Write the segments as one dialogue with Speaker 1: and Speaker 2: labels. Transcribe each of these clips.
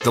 Speaker 1: The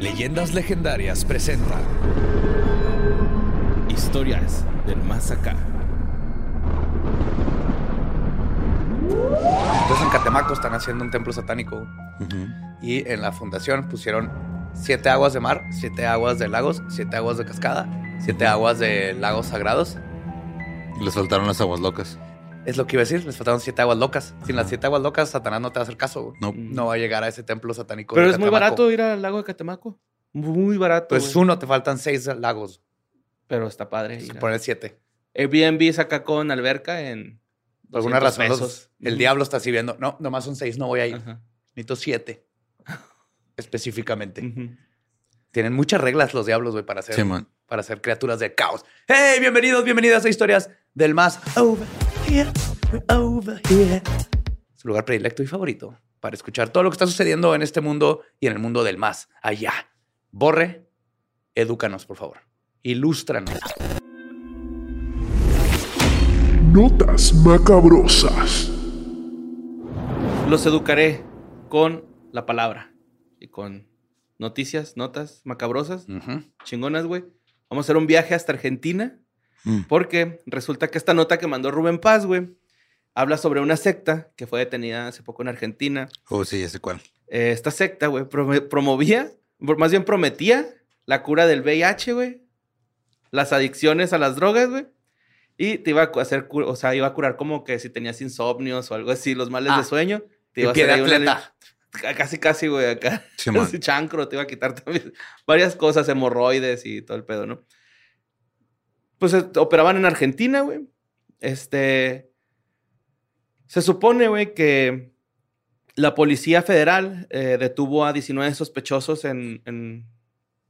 Speaker 2: Leyendas Legendarias presenta Historias del Más Acá.
Speaker 3: Entonces en Catemaco están haciendo un templo satánico y en la fundación pusieron siete aguas de mar, siete aguas de lagos, siete aguas de cascada, siete aguas de lagos sagrados.
Speaker 4: Y les faltaron las aguas locas.
Speaker 3: Es lo que iba a decir, les faltaron siete aguas locas. Sin las siete aguas locas, Satanás no te va a hacer caso. güey.
Speaker 4: No.
Speaker 5: Mm.
Speaker 3: No va a llegar a ese templo satánico.
Speaker 5: Pero
Speaker 3: de
Speaker 5: es muy
Speaker 3: Catemaco.
Speaker 5: barato ir al lago de Catemaco. Muy barato.
Speaker 3: Pues
Speaker 5: güey.
Speaker 3: uno, te faltan seis lagos.
Speaker 5: Pero está padre. ir a-
Speaker 3: Poner siete.
Speaker 5: Airbnb saca con alberca en.
Speaker 3: Por alguna
Speaker 5: 200
Speaker 3: razón, los-
Speaker 5: pesos.
Speaker 3: el
Speaker 5: Ujú.
Speaker 3: diablo está así viendo. No, nomás son seis, no voy a ir.
Speaker 5: Ajá.
Speaker 3: Necesito siete. Específicamente.
Speaker 5: Ujú.
Speaker 3: Tienen muchas reglas los diablos, güey, para hacer.
Speaker 4: Sí, man.
Speaker 3: para ser criaturas de caos. ¡Hey! Bienvenidos, bienvenidas a Historias del Más Over Here. we're Over Here. Su lugar predilecto y favorito para escuchar todo lo que está sucediendo en este mundo y en el mundo del más allá. Borre, edúcanos, por favor. Ilústranos.
Speaker 6: Notas macabrosas.
Speaker 5: Los educaré con la palabra y con noticias, notas macabrosas,
Speaker 3: Ujú.
Speaker 5: chingonas, güey. Vamos a hacer un viaje hasta Argentina
Speaker 4: Mm.
Speaker 5: porque resulta que esta nota que mandó Rubén Paz, güey, habla sobre una secta que fue detenida hace poco en Argentina.
Speaker 4: Oh, sí, ya sé cuál.
Speaker 5: eh, esta secta, güey, prome- promovía, br- más bien prometía la cura del VIH, güey, las adicciones a las drogas, güey, y te iba a cu- hacer, cu- o sea, iba a curar como que si tenías insomnios o algo así, los males
Speaker 3: Ah,
Speaker 5: de sueño, te
Speaker 3: Y
Speaker 5: iba a
Speaker 3: pie
Speaker 5: hacer
Speaker 3: de
Speaker 5: ahí una
Speaker 3: atleta.
Speaker 5: li- casi casi, güey, acá,
Speaker 4: Sí, man.
Speaker 5: ese chancro, te iba a quitar también varias cosas, hemorroides y todo el pedo, ¿no? Pues eh, operaban en Argentina, güey. Este. Se supone, güey, que la Policía Federal eh, detuvo a 19 sospechosos en, en-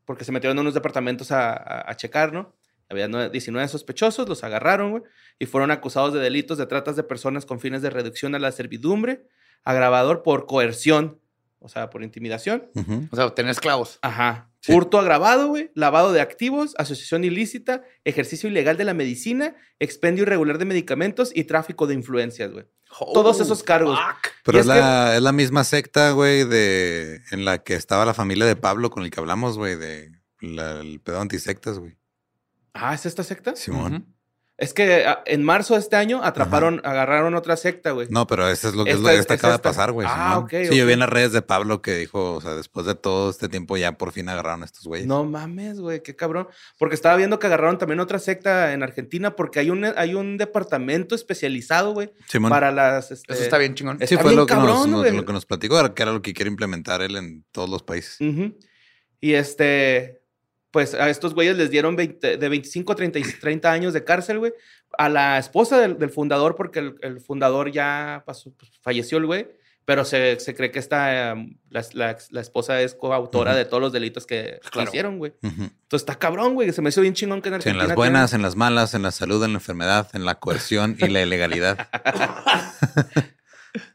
Speaker 5: porque se metieron en unos departamentos a, a- a checar, ¿no? Había nue- 19 sospechosos, los agarraron, güey, y fueron acusados de delitos de tratas de personas con fines de reducción a la servidumbre, agravador por coerción, o sea, por intimidación.
Speaker 4: Ujú.
Speaker 3: O sea, tener esclavos.
Speaker 5: Ajá.
Speaker 4: Sí.
Speaker 5: Hurto agravado, güey, lavado de activos, asociación ilícita, ejercicio ilegal de la medicina, expendio irregular de medicamentos y tráfico de influencias, güey. Todos
Speaker 3: Oh,
Speaker 5: esos cargos.
Speaker 3: fuck.
Speaker 4: Pero
Speaker 5: Y
Speaker 4: es,
Speaker 5: es
Speaker 4: la, es la misma secta, güey, de en la que estaba la familia de Pablo con el que hablamos, güey, de la- el pedo antisectas, güey.
Speaker 5: Ah, ¿es esta secta?
Speaker 4: Simón.
Speaker 3: Ujú.
Speaker 5: Es que a- en marzo de este año atraparon, agarraron otra secta, güey.
Speaker 4: No, pero eso es lo que es
Speaker 5: Esta
Speaker 4: lo que
Speaker 5: es-
Speaker 4: esta
Speaker 5: es
Speaker 4: acaba
Speaker 5: esta.
Speaker 4: de pasar, güey.
Speaker 5: Ah,
Speaker 4: Simón.
Speaker 5: ok,
Speaker 4: sí,
Speaker 5: ok.
Speaker 4: yo vi en las redes de Pablo que dijo, o sea, después de todo este tiempo ya por fin agarraron a estos güeyes.
Speaker 5: No mames, güey, qué cabrón. Porque estaba viendo que agarraron también otra secta en Argentina porque hay un, hay un departamento especializado, güey,
Speaker 4: Simón.
Speaker 5: para las... este,
Speaker 3: Eso está bien chingón.
Speaker 4: Sí,
Speaker 5: está
Speaker 4: fue
Speaker 5: bien
Speaker 4: lo que, nos,
Speaker 5: cabrón,
Speaker 4: nos-
Speaker 5: güey.
Speaker 4: lo que nos platicó, que era lo que quiere implementar él en todos los países.
Speaker 5: Ujú. Y este, pues a estos güeyes les dieron 20 de 25 a 30, y 30 años de cárcel, güey. A la esposa del, del fundador, porque el, el fundador ya pasó- pues, falleció el güey, pero se, se cree que esta, em, la, la- la esposa es coautora
Speaker 4: Ujú.
Speaker 5: de todos los delitos que que
Speaker 3: Claro.
Speaker 5: hicieron, güey.
Speaker 4: Ujú.
Speaker 5: Entonces está cabrón, güey. Se me hizo bien chingón que en
Speaker 4: Sí, en
Speaker 5: Argentina.
Speaker 4: las buenas, en las malas, en la salud, en la enfermedad, en la coerción y la ilegalidad.
Speaker 5: tengan-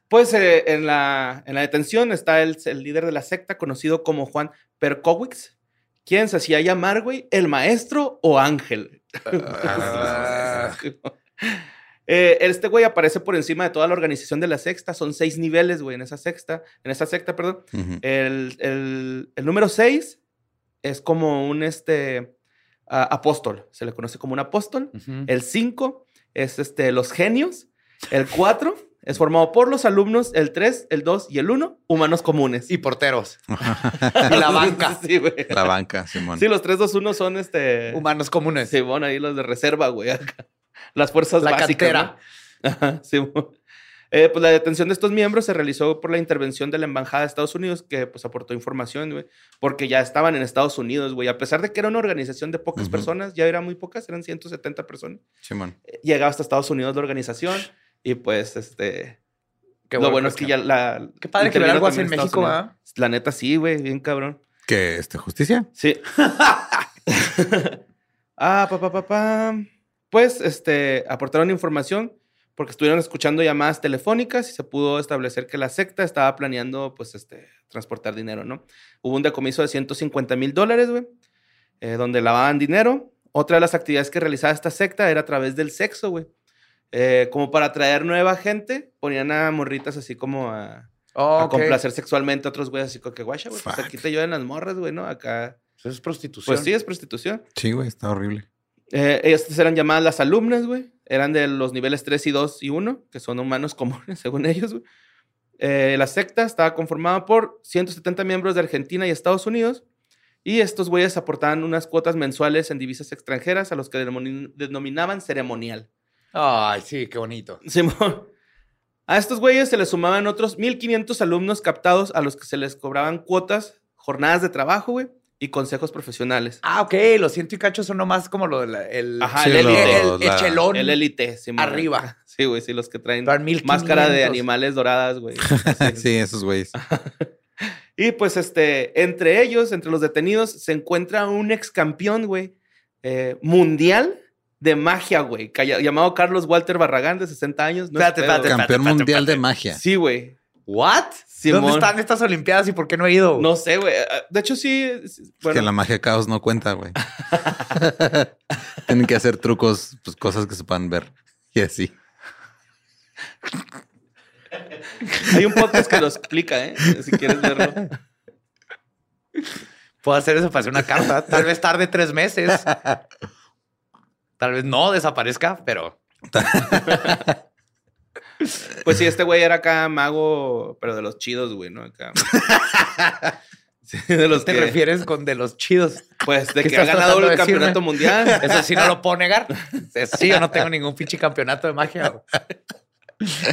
Speaker 5: Pues eh, en, la, en la detención está el, el líder de la secta, conocido como Juan Perkowicz, quien se hacía llamar, güey, el maestro o ángel.
Speaker 3: Ah,
Speaker 5: Eh, este güey aparece por encima de toda la organización de la sexta. Son seis niveles, güey, en esa sexta. En esa secta, perdón.
Speaker 4: Ujú.
Speaker 5: El, el- el número seis es como un este, ah, apóstol. Se le conoce como un apóstol.
Speaker 3: Ujú.
Speaker 5: El cinco es este, los genios. El cuatro es formado por los alumnos. El tres, el dos y el uno, humanos comunes.
Speaker 3: Y porteros. y la banca.
Speaker 5: Sí, güey.
Speaker 4: La banca, Simón.
Speaker 5: Sí, los tres, dos, uno son este...
Speaker 3: Humanos comunes.
Speaker 5: Simón, ahí los de reserva, güey. acá. Las fuerzas
Speaker 3: La
Speaker 5: básicas.
Speaker 3: cantera.
Speaker 5: ¿no? Ajá, Simón. Eh, pues la detención de estos miembros se realizó por la intervención de la Embajada de Estados Unidos, que pues aportó información, güey, porque ya estaban en Estados Unidos, güey. A pesar de que era una organización de pocas
Speaker 4: Ujú.
Speaker 5: personas, ya eran muy pocas, eran 170 personas.
Speaker 4: Simón.
Speaker 5: Eh, Llegaba hasta Estados Unidos la organización y pues este...
Speaker 3: Qué
Speaker 5: lo bueno es que ya la...
Speaker 3: Qué padre que
Speaker 5: intervino
Speaker 3: algo así
Speaker 5: también
Speaker 3: en
Speaker 5: Estados
Speaker 3: México,
Speaker 5: Unidos.
Speaker 3: ¿ah?
Speaker 5: La neta sí, güey, bien cabrón.
Speaker 4: ¿Qué? Este, ¿Justicia?
Speaker 5: Sí. ah, pa, pa, pa, pam. Pues, este, aportaron información porque estuvieron escuchando llamadas telefónicas y se pudo establecer que la secta estaba planeando, pues, este, transportar dinero, ¿no? Hubo un decomiso de 150 mil dólares, güey, eh, donde lavaban dinero. Otra de las actividades que realizaba esta secta era a través del sexo, güey. Eh, como para atraer nueva gente, ponían a morritas así como a,
Speaker 3: Oh,
Speaker 5: a
Speaker 3: ok.
Speaker 5: complacer sexualmente a otros güeyes, así como que guacha, güey, pues
Speaker 4: Fuck.
Speaker 5: aquí te ayudan las morras, güey, ¿no? Acá.
Speaker 3: Eso es prostitución.
Speaker 5: Pues sí, es prostitución.
Speaker 4: Sí, güey, está horrible.
Speaker 5: Eh, estas eran llamadas las alumnas, güey. Eran de los niveles 3 y 2 y 1, que son humanos comunes, según ellos, güey. Eh, la secta estaba conformada por 170 miembros de Argentina y Estados Unidos. Y estos güeyes aportaban unas cuotas mensuales en divisas extranjeras a los que denomini- denominaban ceremonial.
Speaker 3: Ay, sí, qué bonito.
Speaker 5: Simón. A estos güeyes se les sumaban otros 1500 alumnos captados a los que se les cobraban cuotas, jornadas de trabajo, güey, y consejos profesionales.
Speaker 3: Ah, ok. Lo siento y cacho son nomás como lo del el,
Speaker 5: Ajá,
Speaker 3: el,
Speaker 5: el élite.
Speaker 3: el- el
Speaker 4: La-
Speaker 3: chelón.
Speaker 5: El élite, Simón.
Speaker 3: Arriba.
Speaker 5: Sí, güey, sí, los que traen
Speaker 3: Van 1500.
Speaker 5: máscara de animales doradas, güey. Así.
Speaker 4: Sí, esos güeyes.
Speaker 5: Y pues, este, entre ellos, entre los detenidos, se encuentra un ex campeón, güey, eh, mundial de magia, güey, calla- llamado Carlos Walter Barragán, de 60 años. No es
Speaker 3: Espérate,
Speaker 5: pedo,
Speaker 3: espérate,
Speaker 5: güey.
Speaker 4: Campeón mundial de magia.
Speaker 5: Sí, güey.
Speaker 3: ¿What? ¿Dónde
Speaker 5: Simón.
Speaker 3: están estas Olimpiadas y por qué no he ido?
Speaker 5: No sé, güey. Ah, De hecho, sí. sí,
Speaker 4: Es Que
Speaker 5: Bueno,
Speaker 4: la magia caos no cuenta, güey. Tienen que hacer trucos, pues cosas que se puedan ver. Y así.
Speaker 5: hay un podcast que lo explica, ¿eh? Si quieres verlo.
Speaker 3: Puedo hacer eso para hacer una carta. Tal vez tarde tres meses. Tal vez no desaparezca, pero
Speaker 5: Pues sí, este güey era acá mago, pero de los chidos, güey, ¿no? Acá. Sí, de los
Speaker 3: te
Speaker 5: que,
Speaker 3: refieres con de los chidos.
Speaker 5: Pues de
Speaker 3: ¿Qué
Speaker 5: que ha
Speaker 3: estás
Speaker 5: ganado
Speaker 3: tratando
Speaker 5: el
Speaker 3: de decirme?
Speaker 5: campeonato mundial.
Speaker 3: Eso sí no lo puedo negar. Eso Sí, yo no tengo ningún pinche campeonato de magia. güey.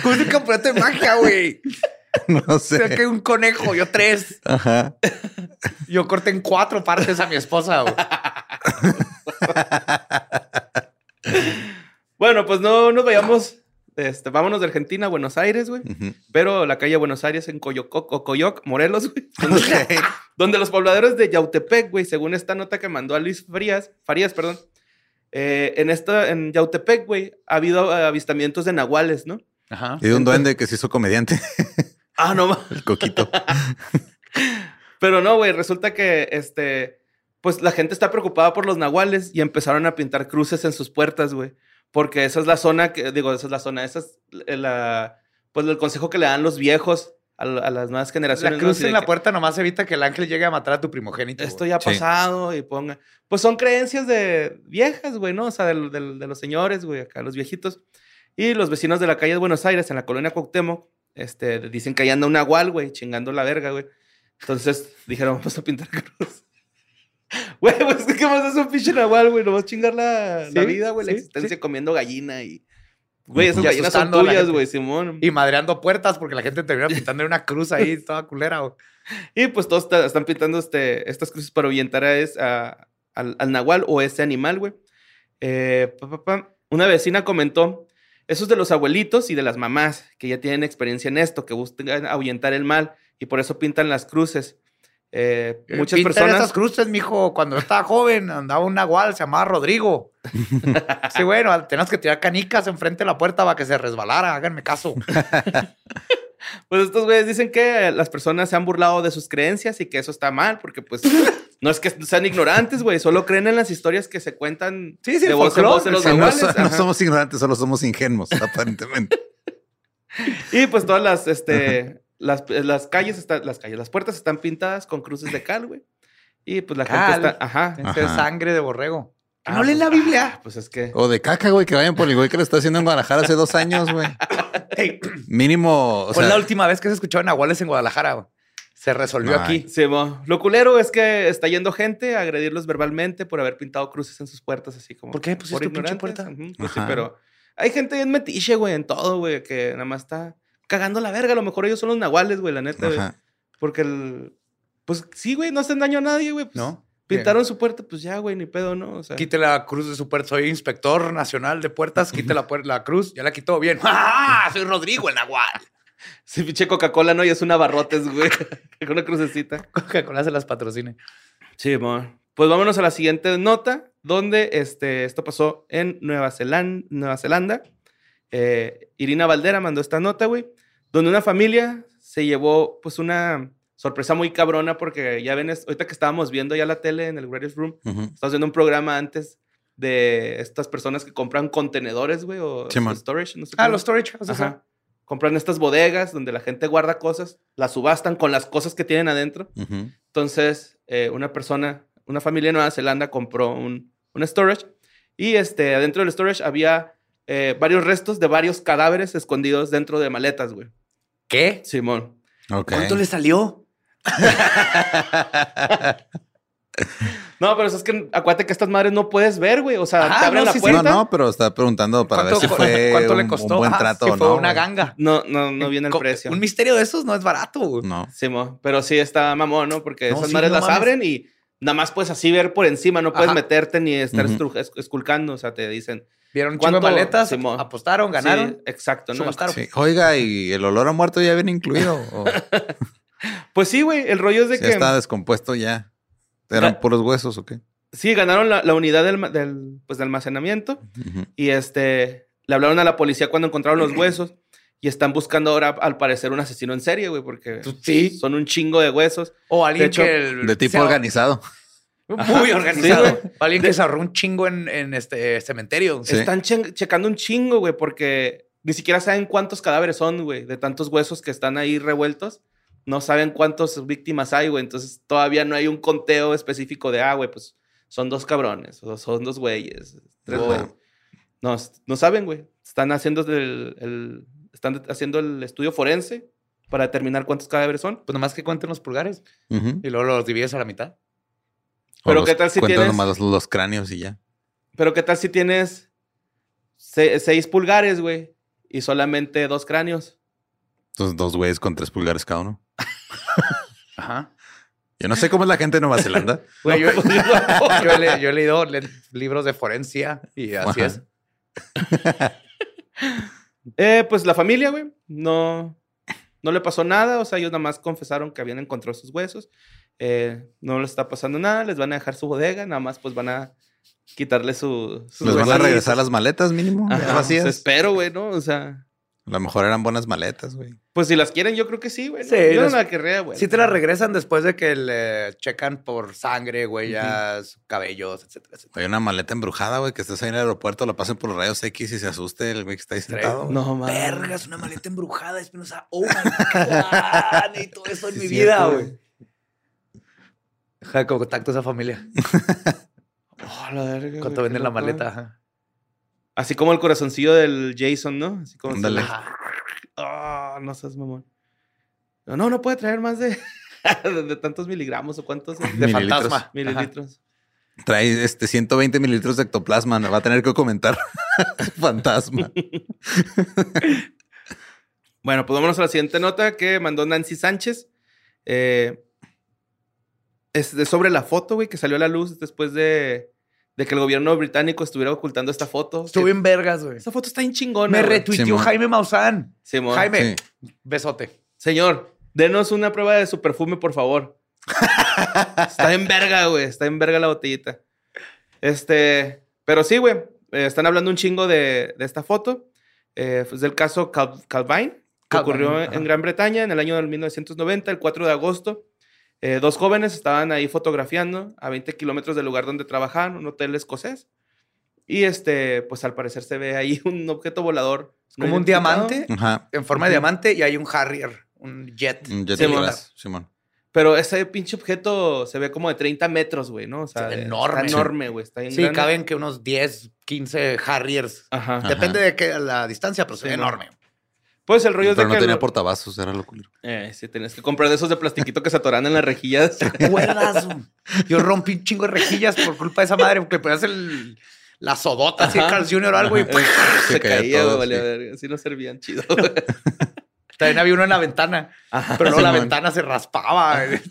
Speaker 3: ¿Cómo es un campeonato de magia, güey?
Speaker 4: No
Speaker 3: O sea, que
Speaker 4: sé.
Speaker 3: un conejo, yo tres.
Speaker 4: Ajá.
Speaker 3: Yo corté en cuatro partes a mi esposa. güey.
Speaker 5: Bueno, pues no nos vayamos. Este, vámonos de Argentina a Buenos Aires,
Speaker 3: Mm.
Speaker 5: güey.
Speaker 4: Ujú.
Speaker 5: Pero la calle Buenos Aires en Coyococ o Coyoc, Morelos, güey. Donde, donde los pobladores de Yautepec, güey, según esta nota que mandó a Luis Frías, Farías, perdón, eh, en, esta, en Yautepec, güey, ha habido eh, avistamientos de nahuales, ¿no?
Speaker 3: Ajá.
Speaker 4: Y de un duende que se hizo comediante,
Speaker 5: Ah, no, ma-
Speaker 4: el coquito.
Speaker 5: pero no, güey, resulta que, este, pues la gente está preocupada por los nahuales y empezaron a pintar cruces en sus puertas, güey, porque esa es la zona que, digo, esa es la zona, esa es la, pues el consejo que le dan los viejos a, la- a las nuevas
Speaker 3: La
Speaker 5: generaciones. ¿no?
Speaker 3: cruz
Speaker 5: Así de
Speaker 3: en la
Speaker 5: que,
Speaker 3: puerta nomás evita que el ángel llegue a matar a tu primogénito.
Speaker 5: Esto
Speaker 3: güey.
Speaker 5: ya ha
Speaker 4: Sí.
Speaker 5: pasado y ponga. Pues son creencias de viejas, güey, ¿no? O sea, del- del- de, los señores, güey, acá, los viejitos. Y los vecinos de la calle de Buenos Aires, en la colonia Cuauhtémoc, este, dicen que ahí anda un nahual, güey, chingando la verga, güey. Entonces dijeron, vamos a pintar cruz. Güey, pues, ¿qué más es un pinche nahual, güey? Nomás chingar la, la
Speaker 3: Sí,
Speaker 5: vida, güey, la
Speaker 3: sí,
Speaker 5: existencia
Speaker 3: sí.
Speaker 5: comiendo gallina y... Güey, esas
Speaker 3: Y
Speaker 5: gallinas son
Speaker 3: pues, asustando a la
Speaker 5: tuyas,
Speaker 3: gente.
Speaker 5: güey, Simón.
Speaker 3: Y madreando puertas porque la gente termina pintando una cruz ahí toda culera. güey.
Speaker 5: Y pues todos ta- están pintando este, estas cruces para ahuyentar a es- a- al, al nahual o ese animal, güey. Eh, pa, pa, pa. Una vecina comentó, eso es de los abuelitos y de las mamás, que ya tienen experiencia en esto, que buscan ahuyentar el mal y por eso pintan las cruces. Eh, muchas
Speaker 3: Pintan
Speaker 5: personas...
Speaker 3: esas cruces, mijo. Cuando yo estaba joven andaba un nahual, se llamaba Rodrigo. sí, bueno, tenemos que tirar canicas enfrente de la puerta para que se resbalara. Háganme caso.
Speaker 5: Pues estos güeyes dicen que las personas se han burlado de sus creencias y que eso está mal, porque pues no es que sean ignorantes, güey, solo creen en las historias que se cuentan
Speaker 3: Sí, sí,
Speaker 5: de
Speaker 3: el
Speaker 5: voz en voz de
Speaker 3: folclore,
Speaker 5: los
Speaker 4: Sí, no,
Speaker 5: nahuales.
Speaker 4: so- no
Speaker 5: ajá.
Speaker 4: somos ignorantes, solo somos ingenuos, aparentemente.
Speaker 5: Y pues todas las, este, las, las calles, están, las calles, las puertas están pintadas con cruces de cal, güey. Y pues la
Speaker 3: Cal.
Speaker 5: gente está, ajá.
Speaker 3: Tiene que ser
Speaker 4: Ajá.
Speaker 3: sangre de borrego.
Speaker 5: Ah,
Speaker 3: no lees
Speaker 5: pues,
Speaker 3: la Biblia.
Speaker 5: Pues es que,
Speaker 4: O de caca, güey, que vayan por el güey que lo está haciendo en Guadalajara hace dos años, güey.
Speaker 3: Hey,
Speaker 4: Mínimo. O
Speaker 3: fue la
Speaker 4: sea,
Speaker 3: última vez que se escuchó en Nahuales en Guadalajara. güey. Se resolvió
Speaker 4: Ay.
Speaker 3: aquí.
Speaker 5: sí, mo. lo culero es que está yendo gente a agredirlos verbalmente por haber pintado cruces en sus puertas, así como.
Speaker 3: ¿Por qué pusiste tu pinche
Speaker 5: ignorantes.
Speaker 3: puerta?
Speaker 5: Ujú, pues sí,
Speaker 4: Ajá.
Speaker 5: pero hay gente bien metiche, güey, en todo, güey, que nada más está cagando la verga. A lo mejor ellos son los nahuales, güey, la neta, güey.
Speaker 4: Ajá.
Speaker 5: Porque el. Pues sí, güey, no hacen daño a nadie, güey. pues,
Speaker 3: ¿No?
Speaker 5: Pintaron su puerta, pues ya, güey, ni pedo, ¿no? O sea,
Speaker 3: Quite la cruz de su puerta. Soy inspector nacional de puertas. Quite la, puer- la cruz. Ya la quitó bien. ¡Ah! Soy Rodrigo el Nahual.
Speaker 5: si pinche Coca-Cola, ¿no? Y es una barrotes, güey. Con una crucecita.
Speaker 3: Coca-Cola se las patrocine.
Speaker 5: Sí, Pues vámonos a la siguiente nota, donde este, esto pasó en Nueva, Zelan- Nueva Zelanda. Eh, Irina Valdera mandó esta nota, güey, donde una familia se llevó pues una sorpresa muy cabrona porque ya ven, es- ahorita que estábamos viendo ya la tele en el Greatest Room,
Speaker 4: Ujú.
Speaker 5: estábamos viendo un programa antes de estas personas que compran contenedores, güey, o
Speaker 4: Simón.
Speaker 5: storage, no sé
Speaker 3: Ah,
Speaker 5: cómo.
Speaker 3: los storage. houses,
Speaker 5: Ajá.
Speaker 3: ajá.
Speaker 5: Compran estas bodegas donde la gente guarda cosas, las subastan con las cosas que tienen adentro.
Speaker 4: Ujú.
Speaker 5: Entonces, eh, una persona, una familia de Nueva Zelanda compró un, un storage y este, adentro del storage había eh, varios restos de varios cadáveres escondidos dentro de maletas, güey.
Speaker 3: ¿Qué?
Speaker 5: Simón.
Speaker 4: Ok.
Speaker 3: ¿Cuánto le salió?
Speaker 5: No, pero eso es que acuérdate que estas madres no puedes ver, güey. O sea,
Speaker 3: Ah,
Speaker 5: te abren
Speaker 3: no,
Speaker 5: la
Speaker 3: sí, sí.
Speaker 5: puerta.
Speaker 4: No, no, pero está preguntando para ver
Speaker 3: ¿Cuánto,
Speaker 4: si fue
Speaker 3: cuánto le
Speaker 4: un-
Speaker 3: costó?
Speaker 4: un, buen
Speaker 5: Ah,
Speaker 3: Ajá,
Speaker 4: trato
Speaker 3: si
Speaker 4: o
Speaker 3: fue
Speaker 4: no.
Speaker 3: una
Speaker 4: güey.
Speaker 3: ganga.
Speaker 5: no, no, no viene el
Speaker 3: Eh, Co-
Speaker 5: precio.
Speaker 3: Un misterio de esos no es barato. güey.
Speaker 4: No.
Speaker 5: Simón, pero sí está mamón, ¿no? Porque
Speaker 3: No,
Speaker 5: esas
Speaker 3: sí,
Speaker 5: madres
Speaker 3: no
Speaker 5: las
Speaker 3: mames.
Speaker 5: abren y nada más puedes así ver por encima, no puedes
Speaker 3: Ajá.
Speaker 5: meterte ni estar
Speaker 4: Ujú.
Speaker 5: estru- es- esculcando. O sea, te dicen.
Speaker 3: Vieron un chingo de
Speaker 5: ¿Cuánto?
Speaker 3: maletas,
Speaker 5: Simón.
Speaker 3: apostaron, ganaron.
Speaker 5: Sí, exacto, ¿no?
Speaker 3: Subastaron.
Speaker 4: Sí. Oiga, y el olor a muerto ya viene incluido. O
Speaker 5: Pues sí, güey. El rollo es de
Speaker 4: si
Speaker 5: que.
Speaker 4: ya está descompuesto ya. ¿Eran
Speaker 5: Ga-
Speaker 4: puros huesos o qué?
Speaker 5: Sí, ganaron la, la unidad del, ma- del, pues, de almacenamiento
Speaker 4: Ujú.
Speaker 5: y este, le hablaron a la policía cuando encontraron los huesos y están buscando ahora, al parecer, un asesino en serie, güey, porque
Speaker 3: Tú- Pues sí.
Speaker 5: son un chingo de huesos.
Speaker 3: O alguien
Speaker 5: De hecho,
Speaker 3: que. el-
Speaker 4: De tipo
Speaker 3: sea-
Speaker 4: organizado.
Speaker 3: Muy
Speaker 5: Ajá,
Speaker 3: organizado.
Speaker 5: sí, güey.
Speaker 3: O alguien que se ahorró un chingo en, en este cementerio.
Speaker 4: Sí.
Speaker 5: Están che- checando un chingo, güey, porque ni siquiera saben cuántos cadáveres son, güey, de tantos huesos que están ahí revueltos. No saben cuántas víctimas hay, güey. Entonces todavía no hay un conteo específico de, ah, güey, pues son dos cabrones, o son dos güeyes, tres
Speaker 4: Ajá.
Speaker 5: güeyes. No, s- no saben, güey. Están haciendo el, el- están haciendo el estudio forense para determinar cuántos cadáveres son.
Speaker 3: Pues nomás que cuenten los pulgares
Speaker 4: Ujú.
Speaker 3: y luego los divides a la mitad.
Speaker 4: O
Speaker 5: Pero
Speaker 4: los-
Speaker 5: ¿qué tal si
Speaker 4: cuentas
Speaker 5: tienes-
Speaker 4: nomás los, los cráneos y ya.
Speaker 5: Pero ¿qué tal si tienes se- seis pulgares, güey, y solamente dos cráneos?
Speaker 4: Entonces, dos güeyes con tres pulgares cada uno.
Speaker 3: Ajá.
Speaker 4: Yo no sé cómo es la gente de Nueva Zelanda.
Speaker 3: Güey, yo, yo he le- yo he leído le- libros de forencia y así
Speaker 4: Ajá.
Speaker 3: es.
Speaker 5: Eh, pues la familia, güey, no, no le pasó nada. O sea, ellos nada más confesaron que habían encontrado sus huesos. Eh, no les está pasando nada. Les van a dejar su bodega. Nada más, pues van a quitarle su. sus
Speaker 4: Les van a
Speaker 5: huesos.
Speaker 4: regresar las maletas mínimo. ya
Speaker 5: Ajá,
Speaker 4: vacías.
Speaker 5: pues, espero, güey, ¿no? O sea.
Speaker 4: A lo mejor eran buenas maletas, güey.
Speaker 5: Pues si las quieren, yo creo que sí, güey. ¿no?
Speaker 3: Sí,
Speaker 5: yo
Speaker 3: las-
Speaker 5: no la querría, güey.
Speaker 3: Sí te la regresan después de que le checan por sangre, huellas, cabellos, etcétera, etcétera.
Speaker 4: Hay una maleta embrujada, güey, que estés ahí en el aeropuerto, la pasen por los rayos X y se asuste el güey que está ahí sentado. güey.
Speaker 5: No, mames.
Speaker 3: Vergas, una maleta embrujada, Espinosa. Oh, my God. Y todo eso en
Speaker 4: Sí,
Speaker 3: mi
Speaker 4: cierto,
Speaker 3: vida,
Speaker 4: güey.
Speaker 3: güey. Jaco, contacto a esa familia.
Speaker 5: Oh, la verga,
Speaker 3: ¿Cuánto
Speaker 5: güey, qué
Speaker 3: venden la
Speaker 5: locura.
Speaker 3: maleta? Ajá.
Speaker 5: Así como el corazoncillo del Jason, ¿no? Así como.
Speaker 4: Ándale.
Speaker 5: Ah, no seas mamón. No, no, no puede traer más de, de tantos miligramos o cuántos. eh,
Speaker 3: De
Speaker 4: Mililitros.
Speaker 3: fantasma. Ajá.
Speaker 5: Mililitros.
Speaker 4: Trae este 120 mililitros de ectoplasma. no Va a tener que comentar fantasma.
Speaker 5: Bueno, pues vámonos a la siguiente nota que mandó Nancy Sánchez. Eh, es de- sobre la foto, güey, que salió a la luz después de, de que el gobierno británico estuviera ocultando esta foto.
Speaker 3: Estuvo
Speaker 5: Que-
Speaker 3: bien vergas, güey.
Speaker 5: Esta foto está bien chingona.
Speaker 3: Me
Speaker 5: güey.
Speaker 3: retuiteó
Speaker 4: Simón.
Speaker 3: Jaime Maussan.
Speaker 5: Simón.
Speaker 3: Jaime,
Speaker 4: Sí.
Speaker 3: besote.
Speaker 5: Señor, denos una prueba de su perfume, por favor. está en verga, güey. Está en verga la botellita. Este, pero sí, güey. eh, están hablando un chingo de, de esta foto. Eh, es del caso Cal- Calvine, que
Speaker 3: Calvine,
Speaker 5: ocurrió
Speaker 3: ajá.
Speaker 5: en Gran Bretaña en el año del 1990, el 4 de agosto. Eh, dos jóvenes estaban ahí fotografiando a 20 kilómetros del lugar donde trabajaban, un hotel escocés. Y este, pues al parecer se ve ahí un objeto volador. no
Speaker 3: Como un
Speaker 5: identificado.
Speaker 3: diamante
Speaker 4: Ajá. Mm,
Speaker 3: en forma de diamante y hay un Harrier, un jet.
Speaker 4: Un jet
Speaker 5: Simón.
Speaker 4: atrás, Simón.
Speaker 5: Pero ese pinche objeto se ve como de 30 metros, güey, ¿no? O sea,
Speaker 3: Sí,
Speaker 5: de-
Speaker 3: enorme.
Speaker 5: Está enorme, güey. Está bien
Speaker 3: Sí,
Speaker 5: grande.
Speaker 3: caben que unos 10, 15 Harriers.
Speaker 5: Ajá.
Speaker 4: Ah.
Speaker 3: Depende de que la distancia, pero es
Speaker 5: Sí,
Speaker 3: enorme.
Speaker 5: Pues el rollo
Speaker 4: Pero
Speaker 5: es de
Speaker 4: no
Speaker 5: que.
Speaker 4: tenía
Speaker 5: lo-
Speaker 4: portavasos, era lo culero.
Speaker 5: Eh, sí, tenías que comprar de esos de plastiquito que se atoran en las rejillas.
Speaker 3: Cuerdas. Yo rompí un chingo de rejillas por culpa de esa madre, porque ponías el, la sodota así de Carl Jr. o algo y
Speaker 5: pues, se
Speaker 4: caía
Speaker 5: caía,
Speaker 4: todo,
Speaker 5: güey. vale,
Speaker 4: sí.
Speaker 5: verga. Así no servían chido. güey.
Speaker 3: También había uno en la ventana, pero luego la
Speaker 4: Simón.
Speaker 3: ventana se raspaba. Pues, güey.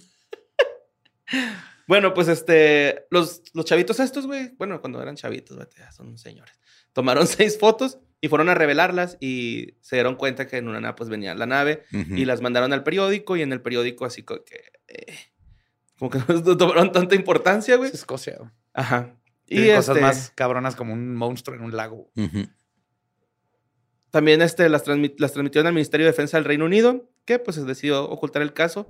Speaker 5: Bueno, pues este, los, los chavitos estos, güey, bueno, cuando eran chavitos, güey, ya son unos señores, tomaron seis fotos y fueron a revelarlas y se dieron cuenta que en una nave pues venía la nave
Speaker 4: Ujú.
Speaker 5: y las mandaron al periódico y en el periódico así como que, eh, como que no tomaron tanta importancia, güey.
Speaker 3: Es Escocia. güey.
Speaker 5: Ajá. Pues, Y
Speaker 3: Tienen cosas
Speaker 5: este,
Speaker 3: más cabronas como un monstruo en un lago.
Speaker 4: Ujú.
Speaker 5: también este, las, transmi- las transmitieron al Ministerio de Defensa del Reino Unido, que pues decidió ocultar el caso,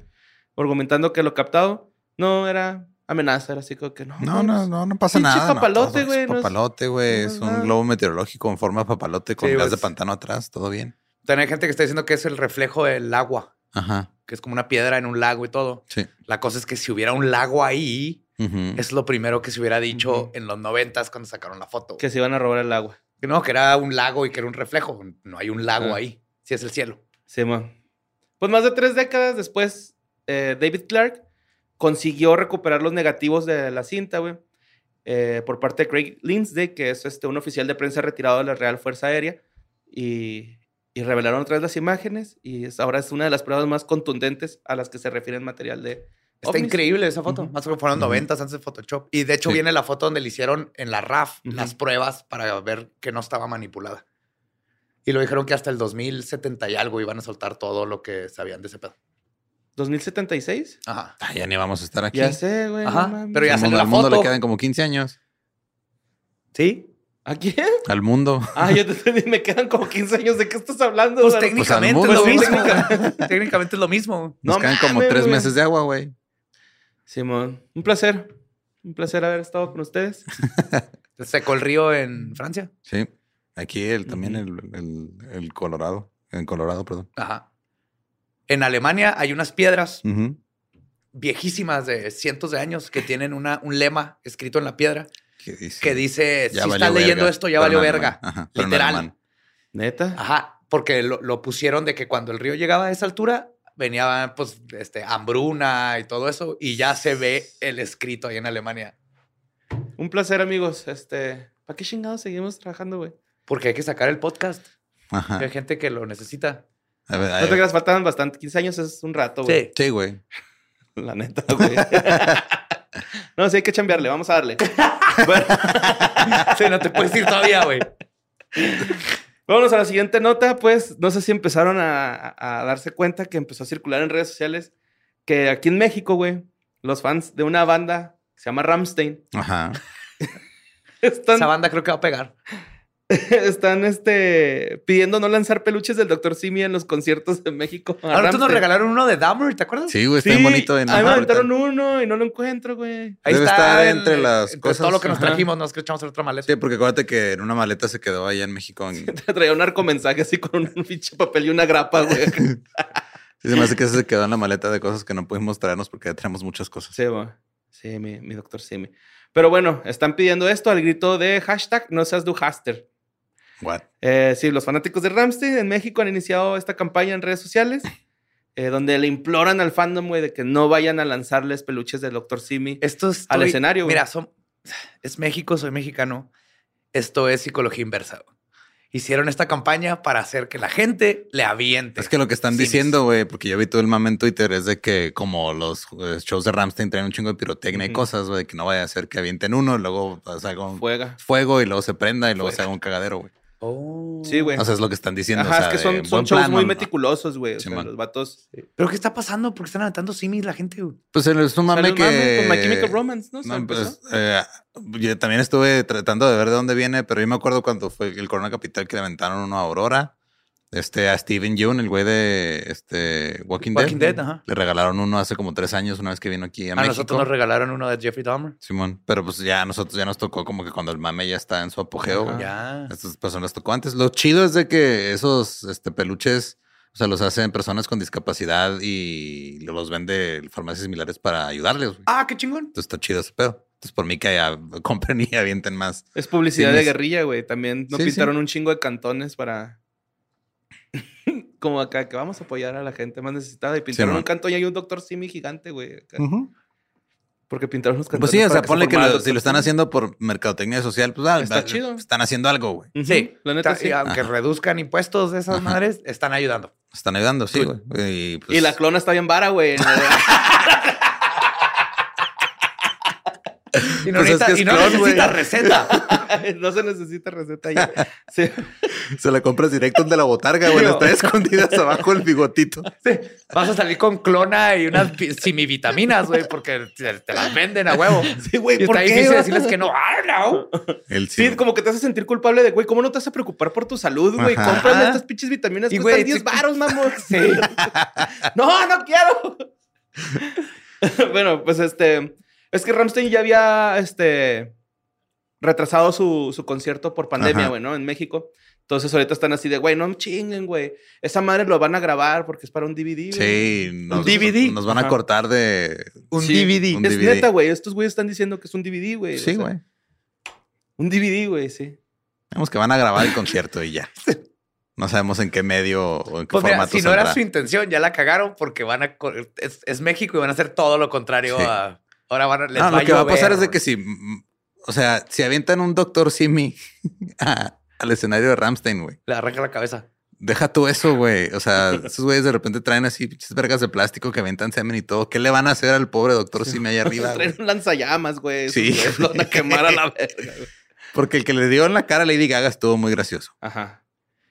Speaker 5: argumentando que lo captado no era amenaza, era así como que no.
Speaker 4: No,
Speaker 5: güey,
Speaker 4: no,
Speaker 5: pues,
Speaker 4: no, no pasa
Speaker 5: Pinche
Speaker 4: nada. no,
Speaker 5: papalote,
Speaker 4: todo es
Speaker 5: güey, no es-
Speaker 4: Papalote, güey.
Speaker 5: no
Speaker 4: Es
Speaker 5: es
Speaker 4: un
Speaker 5: nada.
Speaker 4: globo meteorológico en forma de papalote con
Speaker 3: Sí,
Speaker 4: gas
Speaker 3: pues.
Speaker 4: de pantano atrás. Todo bien.
Speaker 3: También hay gente que está diciendo que es el reflejo del agua,
Speaker 4: Ajá.
Speaker 3: que es como una piedra en un lago y todo.
Speaker 4: Sí.
Speaker 3: La cosa es que si hubiera un lago ahí,
Speaker 4: Ujú.
Speaker 3: es lo primero que se hubiera dicho
Speaker 5: Mm. Ujú.
Speaker 3: en los noventas cuando sacaron la foto.
Speaker 5: Que se iban a robar el agua.
Speaker 3: Que No, que era un lago y que era un reflejo. No hay un lago
Speaker 5: Ah.
Speaker 3: ahí. Sí es el cielo.
Speaker 5: Sí, ma. Pues más de tres décadas después, eh, David Clark consiguió recuperar los negativos de la cinta, güey, eh, por parte de Craig Lindsay, que es este, un oficial de prensa retirado de la Real Fuerza Aérea, y, y revelaron otra vez las imágenes, y es- ahora es una de las pruebas más contundentes a las que se refiere el material de...
Speaker 3: Está
Speaker 5: ovnis.
Speaker 3: increíble esa foto.
Speaker 5: Ujú.
Speaker 3: Más que fueron
Speaker 4: Ujú.
Speaker 3: noventas antes de Photoshop. Y de hecho
Speaker 4: Sí.
Speaker 3: viene la foto donde le hicieron en la RAF
Speaker 5: Ujú.
Speaker 3: las pruebas para ver que no estaba manipulada. Y lo dijeron que hasta el 2070 y algo iban a soltar todo lo que sabían de ese pedo.
Speaker 5: ¿2076?
Speaker 3: Ajá.
Speaker 4: Ah, ya ni vamos a estar aquí.
Speaker 5: Ya sé, güey. no
Speaker 3: Ajá,
Speaker 5: mames.
Speaker 3: pero ya
Speaker 4: al
Speaker 3: salió
Speaker 4: mundo,
Speaker 3: la
Speaker 4: al mundo le
Speaker 3: foto.
Speaker 4: quedan como 15 años.
Speaker 3: ¿Sí?
Speaker 5: ¿A quién?
Speaker 4: Al mundo.
Speaker 5: Ah, yo te entendí, me quedan como 15 años. ¿De qué estás hablando?
Speaker 3: Pues
Speaker 5: Eduardo?
Speaker 3: técnicamente
Speaker 4: pues,
Speaker 3: es lo
Speaker 5: al
Speaker 3: mismo.
Speaker 5: mundo.
Speaker 3: Técnicamente- técnicamente es lo mismo.
Speaker 4: Nos
Speaker 5: No
Speaker 4: quedan como
Speaker 5: mames,
Speaker 4: tres
Speaker 5: güey.
Speaker 4: meses de agua, güey.
Speaker 5: Simón, un placer. Un placer haber estado con ustedes.
Speaker 3: Se secó el río en Francia.
Speaker 4: Sí. Aquí el, también el, el- el Colorado. En Colorado, perdón.
Speaker 3: Ajá. En Alemania hay unas piedras
Speaker 4: Ujú.
Speaker 3: viejísimas de cientos de años que tienen una, un lema escrito en la piedra
Speaker 4: ¿Qué dice?
Speaker 3: que dice,
Speaker 4: Ya
Speaker 3: si
Speaker 4: valió
Speaker 3: estás leyendo
Speaker 4: verga",
Speaker 3: esto, ya
Speaker 4: pero
Speaker 3: valió
Speaker 4: en alemán.
Speaker 3: verga.
Speaker 4: Ajá, pero en
Speaker 3: Literal.
Speaker 4: alemán.
Speaker 5: Neta.
Speaker 3: Ajá, porque lo, lo pusieron de que cuando el río llegaba a esa altura, venía pues este, hambruna y todo eso, y ya se ve el escrito ahí en Alemania.
Speaker 5: Un placer, amigos. Este, ¿para qué chingados seguimos trabajando, güey?
Speaker 3: Porque hay que sacar el podcast.
Speaker 4: Ajá.
Speaker 3: Hay gente que lo necesita.
Speaker 4: A ver, a
Speaker 5: No te
Speaker 4: ver.
Speaker 5: creas, faltaban bastante. 15 años es un rato, güey.
Speaker 3: Sí.
Speaker 4: Sí, güey.
Speaker 5: La neta, güey. no, sí, hay que chambearle. Vamos a darle. Bueno,
Speaker 3: Sí, no te puedes ir todavía, güey.
Speaker 5: vámonos a la siguiente nota. Pues no sé si empezaron a, a darse cuenta que empezó a circular en redes sociales que aquí en México, güey, los fans de una banda que se llama Ramstein
Speaker 4: Ajá.
Speaker 5: están
Speaker 3: Esa banda creo que va a pegar.
Speaker 5: Están este, pidiendo no lanzar peluches del Dr. Simi en los conciertos de México. A
Speaker 3: Ahora tú nos
Speaker 5: Rammstein.
Speaker 3: regalaron uno de Dahmer, ¿te acuerdas?
Speaker 4: Sí, güey, está
Speaker 5: Sí,
Speaker 4: bien bonito. En
Speaker 5: a mí me
Speaker 4: Ajá.
Speaker 5: aventaron uno y no lo encuentro, güey.
Speaker 3: Ahí
Speaker 4: Debe
Speaker 3: está
Speaker 4: estar
Speaker 3: el-
Speaker 4: entre las cosas.
Speaker 3: Todo lo que nos
Speaker 4: Ajá.
Speaker 3: trajimos, nos que echamos en otra maleta.
Speaker 4: Sí, porque acuérdate que en una maleta se quedó allá en México. en-
Speaker 5: Traía un arco mensaje así con un pinche papel y una grapa, güey.
Speaker 4: Sí, se me hace que se quedó en la maleta de cosas que no pudimos traernos porque ya traemos muchas cosas.
Speaker 5: Sí, güey. Sí, mi, mi Dr. Simi. Pero bueno, están pidiendo esto al grito de hashtag no seas duhaster.
Speaker 4: What?
Speaker 5: Eh, sí, los fanáticos de Ramstein en México han iniciado esta campaña en redes sociales eh, donde le imploran al fandom, güey, de que no vayan a lanzarles peluches del Dr. Simi.
Speaker 3: Esto es.
Speaker 5: Al escenario, güey.
Speaker 3: Mira, son- es México, soy mexicano. Esto es psicología inversa. güey. Hicieron esta campaña para hacer que la gente le aviente.
Speaker 4: Es que lo que están
Speaker 3: Cines.
Speaker 4: diciendo, güey, porque yo vi todo el mame en Twitter, es de que como los eh, shows de Ramstein traen un chingo de pirotecnia y
Speaker 5: Ujú.
Speaker 4: cosas, güey, que no vaya a ser que avienten uno, luego salga un fuego.
Speaker 5: Fuega.
Speaker 4: y luego se prenda y luego se haga un cagadero, güey.
Speaker 3: Oh.
Speaker 5: Sí, güey.
Speaker 4: O sea, es lo que están diciendo.
Speaker 5: Ajá,
Speaker 4: o sea,
Speaker 5: es que
Speaker 4: de
Speaker 5: son, son
Speaker 4: buen
Speaker 5: shows
Speaker 4: plan,
Speaker 5: muy
Speaker 4: ¿no?
Speaker 5: meticulosos, güey. O sea,
Speaker 4: Simón.
Speaker 5: los vatos.
Speaker 3: Pero ¿qué está pasando? ¿Por qué están aventando simis la gente? güey?
Speaker 4: Pues es un mame
Speaker 5: Sale el mame
Speaker 4: que...
Speaker 5: Con My Chemical Romance, ¿no? Se
Speaker 4: No,
Speaker 5: empezó.
Speaker 4: pues, eh, yo también estuve tratando de ver de dónde viene, pero yo me acuerdo cuando fue el Corona Capital que le aventaron uno a Aurora, este, a Steven Yeun, el güey de este, Walking,
Speaker 3: Walking
Speaker 4: Dead.
Speaker 3: Dead, ajá.
Speaker 4: Le regalaron uno hace como tres años, una vez que vino aquí a,
Speaker 3: A
Speaker 4: México.
Speaker 3: Ah, nosotros nos regalaron uno de Jeffrey Dahmer.
Speaker 4: Simón, pero pues ya a nosotros ya nos tocó como que cuando el mame ya está en su apogeo.
Speaker 5: Ajá.
Speaker 4: güey.
Speaker 3: Ya.
Speaker 4: A Estas personas tocó antes. Lo chido es de que esos este, peluches, o sea, los hacen personas con discapacidad y los vende farmacias similares para ayudarles. güey.
Speaker 3: Ah, qué chingón.
Speaker 4: Entonces está chido ese pedo. Entonces por mí que ya compren y avienten más.
Speaker 5: Es publicidad
Speaker 4: Sí,
Speaker 5: de
Speaker 4: es-
Speaker 5: guerrilla, güey. También nos
Speaker 4: Sí, sí.
Speaker 5: pintaron un chingo de cantones para. Como acá, que vamos a apoyar a la gente más necesitada. Y pintaron
Speaker 4: Simón.
Speaker 5: un cantón y hay un doctor Simi gigante, güey. acá. Porque pintaron los cantantes.
Speaker 4: Pues sí, o
Speaker 5: para
Speaker 4: sea,
Speaker 5: que
Speaker 4: ponle que
Speaker 5: formara
Speaker 4: lo-
Speaker 5: la
Speaker 4: si lo están haciendo por mercadotecnia social, pues ah,
Speaker 5: Está
Speaker 4: va-
Speaker 5: chido.
Speaker 4: están haciendo algo, güey.
Speaker 5: Ujú,
Speaker 3: Sí,
Speaker 5: la neta
Speaker 3: está-
Speaker 5: sí.
Speaker 3: y aunque reduzcan impuestos de esas
Speaker 4: Ajá.
Speaker 3: madres, están ayudando.
Speaker 4: Están ayudando, sí, güey. Y, pues,
Speaker 5: Y la clona está bien vara, güey.
Speaker 3: Y no
Speaker 4: Pues es
Speaker 3: necesita,
Speaker 4: que es
Speaker 3: y no
Speaker 4: clon,
Speaker 3: necesita
Speaker 4: güey.
Speaker 3: receta.
Speaker 5: no se necesita receta ya. Sí.
Speaker 4: se la compras directo de la botarga, güey. Está escondida abajo el bigotito.
Speaker 3: Sí, Vas a salir con clona y unas pi- semivitaminas, güey, porque te, te las venden a huevo.
Speaker 5: Sí, güey,
Speaker 3: Y
Speaker 5: ¿por
Speaker 3: está
Speaker 5: qué,
Speaker 3: difícil
Speaker 5: güey?
Speaker 3: decirles que no. I don't know.
Speaker 4: El
Speaker 5: Sí,
Speaker 4: sí.
Speaker 5: como que te hace sentir culpable de, güey, ¿cómo no te hace preocupar por tu salud, güey?
Speaker 4: Ajá.
Speaker 5: Cómprame estas pinches vitaminas,
Speaker 3: Y, güey,
Speaker 5: cuestan 10
Speaker 3: sí.
Speaker 5: varos, mamón. no, no quiero. bueno, pues este, es que Ramstein ya había, este, retrasado su, su concierto por pandemia,
Speaker 4: Ajá.
Speaker 5: güey, ¿no? En México. Entonces ahorita están así de, güey, no chinguen, güey. Esa madre lo van a grabar porque es para un DVD, güey.
Speaker 4: Sí, nos,
Speaker 3: DVD.
Speaker 4: Nos van a
Speaker 5: Ajá.
Speaker 4: cortar de
Speaker 3: Un
Speaker 5: Sí.
Speaker 3: DVD.
Speaker 4: un
Speaker 5: Es
Speaker 4: DVD.
Speaker 5: neta, güey. Estos güeyes están diciendo que es un DVD, güey. O sea,
Speaker 4: Sí, güey.
Speaker 5: Un DVD, güey, sí.
Speaker 4: Vemos que van a grabar el concierto y ya. No sabemos en qué medio o en qué
Speaker 3: Pues mira,
Speaker 4: formato
Speaker 3: si no era
Speaker 4: saldrá.
Speaker 3: su intención, ya la cagaron porque van a. co- Es, es México y van a hacer todo lo contrario
Speaker 4: Sí.
Speaker 3: a. Ahora van a. Les
Speaker 4: No,
Speaker 3: va
Speaker 4: lo que va a pasar
Speaker 3: llover.
Speaker 4: es de que si, mm, o sea, si avientan un Doctor Simi a- al escenario de Ramstein, güey.
Speaker 3: Le arranca la cabeza.
Speaker 4: Deja tú eso, güey. O sea, esos güeyes de repente traen así pinches vergas de plástico que aventan semen y todo. ¿Qué le van a hacer al pobre doctor Simi allá arriba?
Speaker 5: Traen
Speaker 4: güey?
Speaker 5: un lanzallamas, güey.
Speaker 4: Sí,
Speaker 5: Sí. Lo van a
Speaker 4: güey.
Speaker 5: quemar a la verga. güey.
Speaker 4: Porque el que le dio en la cara a Lady Gaga estuvo muy gracioso.
Speaker 5: Ajá.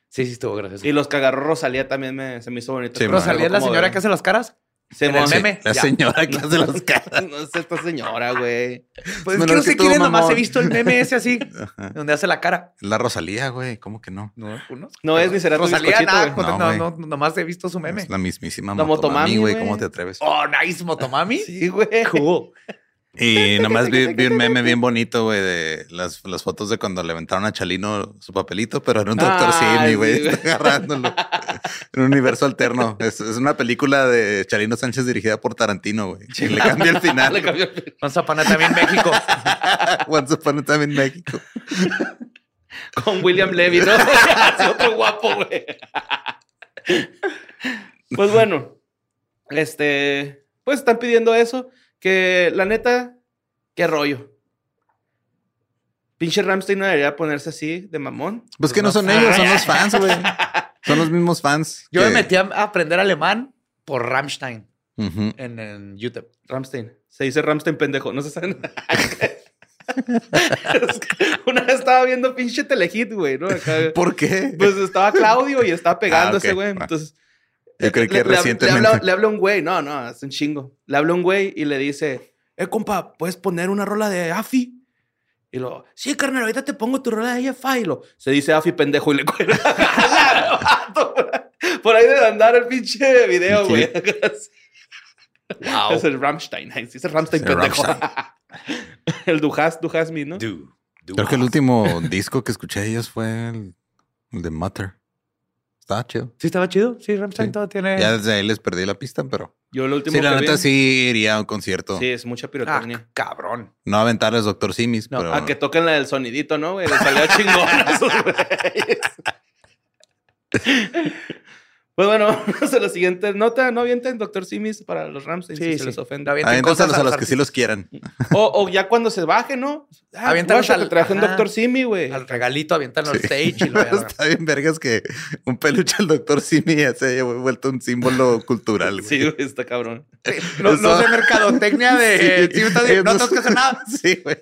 Speaker 3: Sí, sí, estuvo gracioso.
Speaker 5: Y los que agarró Rosalía también me, se me hizo bonito.
Speaker 4: Sí,
Speaker 5: Pero
Speaker 4: man.
Speaker 3: Rosalía es la señora que hace las caras.
Speaker 5: se
Speaker 3: en el
Speaker 5: mon-
Speaker 3: meme.
Speaker 4: la
Speaker 3: ya.
Speaker 4: señora que hace las caras.
Speaker 5: No es esta señora, güey.
Speaker 3: Pues es que
Speaker 4: Es menor
Speaker 3: no
Speaker 4: que
Speaker 3: sé
Speaker 4: tú,
Speaker 3: quién es, nomás
Speaker 4: mamón.
Speaker 3: he visto el meme ese así,
Speaker 4: Ajá.
Speaker 3: donde hace la cara.
Speaker 4: La Rosalía, güey. ¿Cómo que no?
Speaker 3: No, uno.
Speaker 5: No es ni será tu
Speaker 3: Rosalía,
Speaker 5: bizcochito,
Speaker 3: nada,
Speaker 5: güey.
Speaker 3: contra-
Speaker 4: No,
Speaker 3: no,
Speaker 4: güey.
Speaker 3: no, nomás he visto su meme.
Speaker 4: Es la mismísima
Speaker 5: La Motomami,
Speaker 4: Motomami, güey.
Speaker 5: güey.
Speaker 4: ¿Cómo te atreves?
Speaker 3: Oh, nice, Motomami.
Speaker 5: Sí, güey.
Speaker 3: Cool.
Speaker 4: Y nomás vi, vi un meme bien bonito, güey, de las, las fotos de cuando le aventaron a Chalino su papelito, pero era un doctor
Speaker 5: Ah,
Speaker 4: Simi,
Speaker 5: sí,
Speaker 4: güey,
Speaker 5: güey.
Speaker 4: está agarrándolo. en un universo alterno. Es, es una película de Chalino Sánchez dirigida por Tarantino, güey. Y le cambia el final.
Speaker 5: Le cambió-
Speaker 3: Vamos a poner también México.
Speaker 4: Once Upon a Time in México.
Speaker 5: Con William Levy, ¿no? Así otro guapo, güey. Pues bueno. Este. Pues están pidiendo eso. Que la neta, qué rollo. Pinche Ramstein no debería ponerse así de mamón.
Speaker 4: Pues que no son ellos, son los fans, güey. Son los mismos fans.
Speaker 3: Yo
Speaker 4: que-
Speaker 3: me metí a aprender alemán por Rammstein
Speaker 4: Ujú.
Speaker 3: en, en YouTube.
Speaker 5: Ramstein. Se dice Ramstein pendejo. No se sabe nada. Es que Una vez estaba viendo pinche telehit, güey, ¿no? Acá,
Speaker 4: ¿Por qué?
Speaker 5: pues estaba Claudio y estaba pegando
Speaker 4: Ah, ok.
Speaker 5: ese güey.
Speaker 4: Ah.
Speaker 5: Entonces.
Speaker 4: Yo creí que
Speaker 5: le- le, le,
Speaker 4: recientemente.
Speaker 5: habla, le habla un güey. No, no, es un chingo. Le habla un güey y le dice: Eh, compa, ¿puedes poner una rola de Afi? Y lo, sí, carnal, ahorita te pongo tu rola de AFI. Y lo, se dice Afi pendejo y le cuelga. Vato, Por ahí debe andar el pinche video,
Speaker 4: El
Speaker 5: güey.
Speaker 4: clip.
Speaker 5: Es el Rammstein. Ahí sí, es el Rammstein
Speaker 4: Es el
Speaker 5: pendejo. el Dujas, Dujasmi, ¿no?
Speaker 3: Du- du-
Speaker 4: Creo que el último disco que escuché de ellos fue el, el de Mutter. Estaba chido.
Speaker 3: Sí, estaba chido. Sí, Rammstein
Speaker 4: Sí.
Speaker 3: todo tiene.
Speaker 4: Ya desde ahí les perdí la pista, pero.
Speaker 5: Yo lo último
Speaker 4: Sí, la
Speaker 5: que
Speaker 4: neta
Speaker 5: vi.
Speaker 4: sí iría a un concierto.
Speaker 5: Sí, es mucha
Speaker 3: Ah,
Speaker 5: pirotecnia.
Speaker 3: c- cabrón.
Speaker 4: No aventarles Doctor Simis,
Speaker 3: No,
Speaker 4: pero.
Speaker 5: A que toquen la del sonidito, ¿no? güey? Le salió chingón a esos güeyes. Pues bueno, vamos a la siguiente nota. No avienten Doctor Simis para los Ramstein si
Speaker 3: Sí,
Speaker 5: se
Speaker 3: sí.
Speaker 5: les ofenda.
Speaker 3: Avienten
Speaker 4: Aviéntaselos
Speaker 3: cosas
Speaker 4: a los
Speaker 3: al
Speaker 4: que sí los quieran.
Speaker 5: O, o ya cuando se baje, ¿no? Ah,
Speaker 3: Aviéntalos
Speaker 5: guacha, te
Speaker 3: al-
Speaker 5: traje un
Speaker 3: ajá.
Speaker 5: Doctor Simi, güey.
Speaker 3: Al regalito, avientan al
Speaker 4: Sí.
Speaker 3: stage y lo
Speaker 4: Está bien, vergas, que un peluche al Doctor Simi ya se haya vuelto un símbolo cultural. güey.
Speaker 5: Sí, güey, está cabrón.
Speaker 3: No, no
Speaker 4: Eso-
Speaker 3: sé mercadotecnia de.
Speaker 4: Sí.
Speaker 3: Sí, estás bien, no
Speaker 4: Entonces-
Speaker 3: tengo que hacer nada.
Speaker 4: Sí, güey.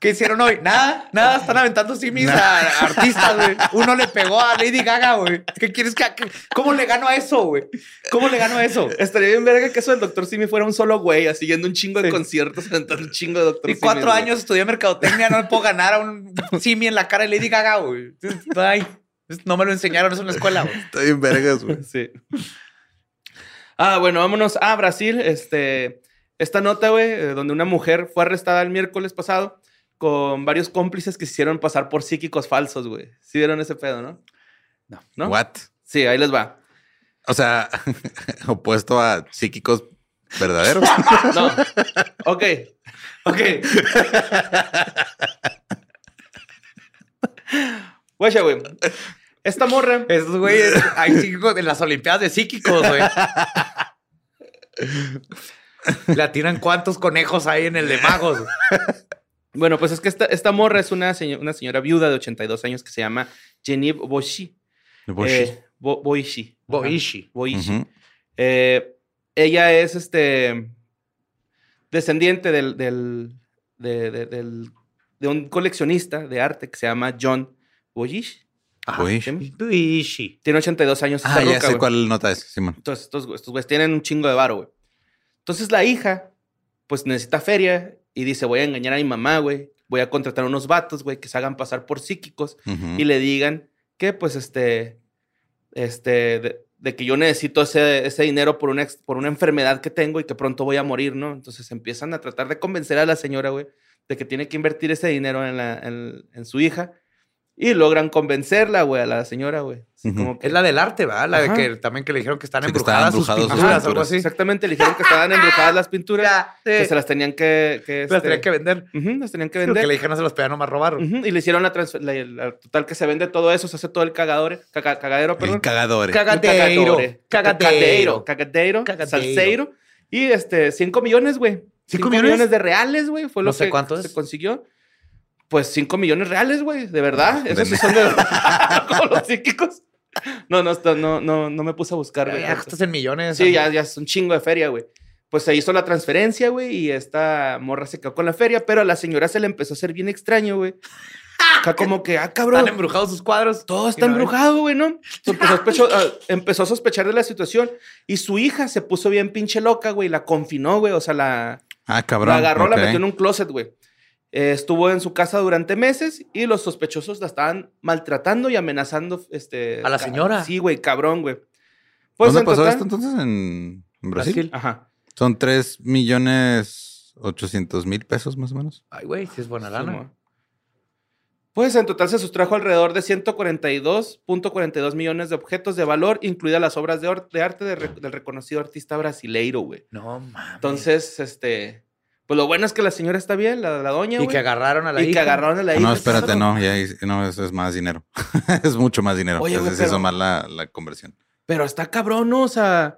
Speaker 3: ¿Qué hicieron hoy? Nada, nada, están aventando simis a artistas, güey. Uno le pegó a Lady Gaga, güey. ¿Qué quieres que.? que- ¿Cómo le gano a eso, güey? ¿Cómo le gano a eso?
Speaker 5: Estaría bien verga que eso del Doctor Simi fuera un solo güey, así yendo un chingo de
Speaker 3: Sí.
Speaker 5: conciertos, aventando un chingo de Doctor
Speaker 3: Y
Speaker 5: Simi.
Speaker 3: cuatro años estudié mercadotecnia, no le puedo ganar a un simi en la cara de Lady Gaga, güey. Ay, no me lo enseñaron eso en la escuela, güey.
Speaker 4: Está bien, vergas, güey.
Speaker 5: Sí. Ah, bueno, vámonos a Brasil. Este, esta nota, güey, eh, donde una mujer fue arrestada el miércoles pasado con varios cómplices que se hicieron pasar por psíquicos falsos, güey. ¿Sí vieron ese pedo, no? No.
Speaker 4: What?
Speaker 5: Sí, ahí les va.
Speaker 4: O sea, opuesto a psíquicos verdaderos.
Speaker 5: No. Ok. Ok. Guacha, güey. Esta morra.
Speaker 3: Esos güeyes, hay psíquicos en las Olimpiadas de psíquicos, güey. La tiran cuántos conejos hay en el de magos.
Speaker 5: Bueno, pues es que esta, esta morra es una, seño- una señora viuda de 82 años que se llama Genevieve Boishi. Eh, Bo- Boishi.
Speaker 3: Boishi.
Speaker 5: Boishi.
Speaker 4: Ujú.
Speaker 5: Eh, ella es este descendiente del, del- de, de- del- de un coleccionista de arte que se llama John Boyish. Ah,
Speaker 4: Uy.
Speaker 5: Tiene
Speaker 3: Boishi.
Speaker 5: 82 años. esta
Speaker 4: Ah, ya
Speaker 5: ruca,
Speaker 4: sé
Speaker 5: güey.
Speaker 4: cuál nota es, Simón.
Speaker 5: Entonces, estos, güe- estos güeyes tienen un chingo de varo, güey. Entonces, la hija, pues necesita feria y dice: Voy a engañar a mi mamá, güey. Voy a contratar unos vatos, güey, que se hagan pasar por psíquicos
Speaker 4: Ujú.
Speaker 5: y le digan que pues este, este, de, de que yo necesito ese, ese dinero por una, ex- por una enfermedad que tengo y que pronto voy a morir, ¿no? Entonces empiezan a tratar de convencer a la señora, güey, de que tiene que invertir ese dinero en, la, en, en su hija y logran convencerla, güey, a la señora, güey. Así
Speaker 4: Ujú.
Speaker 5: como que-
Speaker 3: Es la del arte, ¿verdad? La de
Speaker 5: Ajá.
Speaker 3: que también que le dijeron que están
Speaker 4: Sí, que estaban
Speaker 3: embrujadas sus
Speaker 4: embrujados sus
Speaker 3: pinturas, algo
Speaker 4: pinturas.
Speaker 3: así.
Speaker 5: Exactamente, le dijeron que estaban embrujadas las pinturas, que se las tenían que... que,
Speaker 3: Las
Speaker 5: este,
Speaker 3: tenía que vender.
Speaker 5: ujú, las tenían que
Speaker 3: Lo
Speaker 5: vender.
Speaker 3: que le dijeron a los pedanos más robaron.
Speaker 5: Ujú, y le hicieron la, transfer- la- la- total que se vende todo eso, se hace todo el cagador, caga- cagadero, perdón.
Speaker 4: El cagador.
Speaker 3: Cagateiro. Cagateiro.
Speaker 5: Cagateiro. Cagateiro.
Speaker 3: Cagateiro.
Speaker 5: Salseiro. Y este, 5 millones, güey.
Speaker 3: ¿Cinco
Speaker 5: 5
Speaker 3: millones?
Speaker 5: millones? de reales, güey. Fue
Speaker 3: No
Speaker 5: lo
Speaker 3: sé
Speaker 5: que
Speaker 3: cuánto
Speaker 5: se
Speaker 3: es.
Speaker 5: consiguió. Pues 5 millones reales, güey. De verdad. Esos sí son de como los psíquicos. No, no, esto- no, no, no me puse a buscar,
Speaker 3: Ya
Speaker 5: güey.
Speaker 3: gastas en millones.
Speaker 5: Sí, ya, ya es un chingo de feria, güey. Pues se hizo la transferencia, güey, y esta morra se quedó con la feria, pero a la señora se le empezó a hacer bien extraño, güey. Acá como que, ah, cabrón.
Speaker 3: Están embrujados eh?" sus cuadros.
Speaker 5: Todo está embrujado, güey, ¿no? Se Empezó a, sospecho- a- empezó a sospechar de la situación y su hija se puso bien pinche loca, güey. La confinó, güey. O sea, la,
Speaker 4: Ah,
Speaker 5: la
Speaker 4: cabrón.
Speaker 5: agarró,
Speaker 4: ok.
Speaker 5: la metió en un closet, güey. Eh, estuvo en su casa durante meses y los sospechosos la estaban maltratando y amenazando. Este,
Speaker 3: ¿A la
Speaker 5: ca-
Speaker 3: señora?
Speaker 5: Sí, güey, cabrón, güey. Pues,
Speaker 4: ¿Dónde
Speaker 5: en
Speaker 4: pasó
Speaker 5: total-
Speaker 4: esto entonces? ¿En en Brasil?
Speaker 3: Brasil.
Speaker 5: Ajá.
Speaker 4: Son 3 millones 800 mil pesos más o menos.
Speaker 3: Ay, güey, si es buena
Speaker 5: Sí,
Speaker 3: lana.
Speaker 5: mo- pues en total se sustrajo alrededor de 142.42 millones de objetos de valor, incluidas las obras de, or- de arte de re- del reconocido artista brasileiro, güey.
Speaker 3: No mames.
Speaker 5: Entonces, este. Pues lo bueno es que la señora está bien, la, la doña.
Speaker 3: Y que
Speaker 5: güey,
Speaker 3: agarraron a la
Speaker 5: y que
Speaker 3: hija.
Speaker 5: agarraron a la
Speaker 4: Ah,
Speaker 5: hija.
Speaker 4: no,
Speaker 5: sí,
Speaker 4: espérate,
Speaker 5: sí,
Speaker 4: no, ya, hice- no, eso es más dinero. es mucho más dinero.
Speaker 5: Oye,
Speaker 4: es,
Speaker 5: güey,
Speaker 4: es
Speaker 5: pero-
Speaker 4: eso más la, la conversión.
Speaker 5: Pero está cabrón, ¿no? O sea.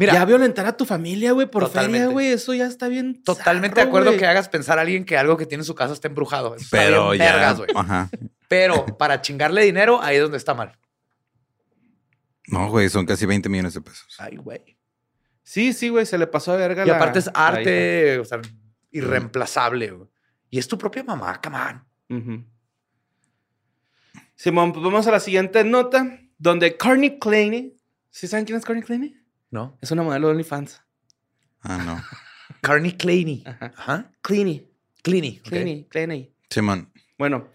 Speaker 3: Mira.
Speaker 5: ya violentar a tu familia, güey, por
Speaker 3: Totalmente.
Speaker 5: feria, güey. Eso ya está bien.
Speaker 3: Totalmente
Speaker 5: zarro,
Speaker 3: de acuerdo
Speaker 5: güey.
Speaker 3: que hagas pensar a alguien que algo que tiene en su casa está embrujado. Eso está
Speaker 4: Pero
Speaker 3: bien
Speaker 4: ya.
Speaker 3: vergas, güey.
Speaker 4: ajá.
Speaker 3: Pero para chingarle dinero, ahí es donde está mal.
Speaker 4: No, güey, son casi 20 millones de pesos.
Speaker 3: Ay, güey.
Speaker 5: Sí, sí, güey, se le pasó de verga
Speaker 3: Y
Speaker 5: la-
Speaker 3: aparte es
Speaker 5: la hija.
Speaker 3: arte, o sea, irreemplazable. güey. Y es tu propia mamá, come on.
Speaker 5: Ujú. Simón, pues vamos a la siguiente nota, donde Courtney Claney. ¿Sí saben quién es Courtney Claney?
Speaker 3: ¿No?
Speaker 5: Es una modelo de OnlyFans.
Speaker 4: Ah, no.
Speaker 3: Carney Claney.
Speaker 5: Ajá.
Speaker 3: Ajá.
Speaker 5: Claney.
Speaker 3: Claney. ok.
Speaker 5: Claney. Claney.
Speaker 4: Simón.
Speaker 5: Bueno.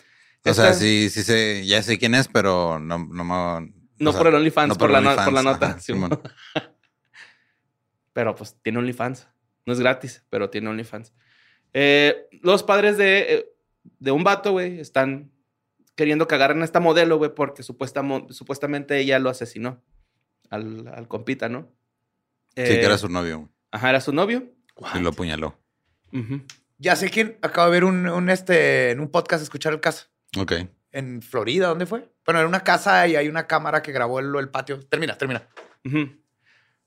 Speaker 4: O
Speaker 5: esta-
Speaker 4: sea, sí, sí sé, ya sé quién es, pero no, no me.
Speaker 5: No
Speaker 4: o sea,
Speaker 5: por el OnlyFans,
Speaker 4: no
Speaker 5: por, la, no- por la
Speaker 4: OnlyFans.
Speaker 5: nota.
Speaker 4: Ajá,
Speaker 5: Simón.
Speaker 4: Simón.
Speaker 5: pero pues tiene OnlyFans. No es gratis, pero tiene OnlyFans. Eh, los padres de, eh, de un vato, güey, están queriendo que agarren a esta modelo, güey, porque supuestamo- supuestamente ella lo asesinó al, al compita, ¿no?
Speaker 4: Sí, que era
Speaker 5: Eh,
Speaker 4: su novio. güey,
Speaker 5: Ajá, era su novio.
Speaker 4: Y lo apuñaló.
Speaker 5: Ujú.
Speaker 3: Ya sé quién. Acabo de ver un, un, este, en un podcast escuchar el caso.
Speaker 4: Ok.
Speaker 3: En Florida, ¿dónde fue? Bueno, en una casa y hay una cámara que grabó el, el patio. Termina, termina.
Speaker 5: Ujú.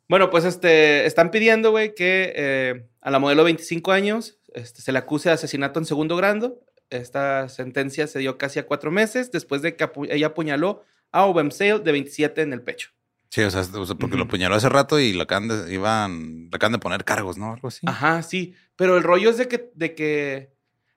Speaker 5: Bueno, pues este, están pidiendo, güey, que eh, a la modelo de 25 años este, se le acuse de asesinato en segundo grado. Esta sentencia se dio casi a cuatro meses después de que apu- ella apuñaló a Obemsale de 27 en el pecho.
Speaker 4: Sí, o sea, o sea, porque
Speaker 5: Ujú.
Speaker 4: lo apuñaló hace rato y lo acaban de, iban, le acaban de poner cargos, ¿no? Algo así.
Speaker 5: Ajá, sí. Pero el rollo es de que, de que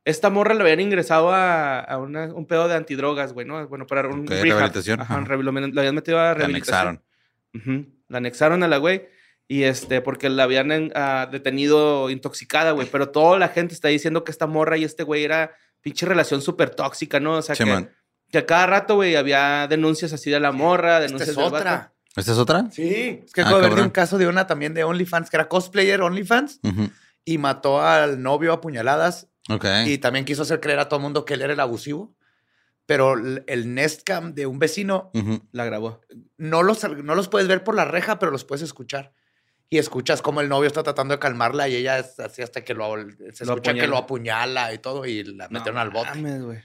Speaker 5: esta morra le habían ingresado a, a una- un pedo de antidrogas, güey, ¿no? Bueno, para un
Speaker 4: Ok,
Speaker 5: rehab.
Speaker 4: rehabilitación,
Speaker 5: Ajá, un
Speaker 4: ajá.
Speaker 5: rehabilitación. Le habían metido a
Speaker 4: Le
Speaker 5: rehabilitación.
Speaker 4: anexaron.
Speaker 5: Ujú. La anexaron a la güey. Y este, porque la habían en- ah, detenido intoxicada, güey. Pero toda la gente está diciendo que esta morra y este güey era pinche relación súper tóxica, ¿no? O sea, que,
Speaker 4: Simón.
Speaker 5: que a cada rato, güey, había denuncias así de la morra,
Speaker 3: Esta
Speaker 5: denuncias
Speaker 3: es
Speaker 5: del vato.
Speaker 3: otra.
Speaker 4: ¿Esta es otra?
Speaker 3: Sí. Es que
Speaker 4: Ah,
Speaker 3: acabo de ver de
Speaker 4: cabrón.
Speaker 3: un caso de una también de OnlyFans que era cosplayer OnlyFans
Speaker 4: Ujú.
Speaker 3: y mató al novio a puñaladas
Speaker 4: Ok.
Speaker 3: y también quiso hacer creer a todo el mundo que él era el abusivo. Pero l- el Nestcam de un vecino
Speaker 4: Ujú.
Speaker 5: La grabó.
Speaker 3: no los, no los puedes ver por la reja, pero los puedes escuchar. Y escuchas cómo el novio está tratando de calmarla y ella es así hasta que lo, se
Speaker 5: Lo
Speaker 3: escucha que
Speaker 5: apuñala.
Speaker 3: lo apuñala y todo y la metieron al bote.
Speaker 5: mames, güey.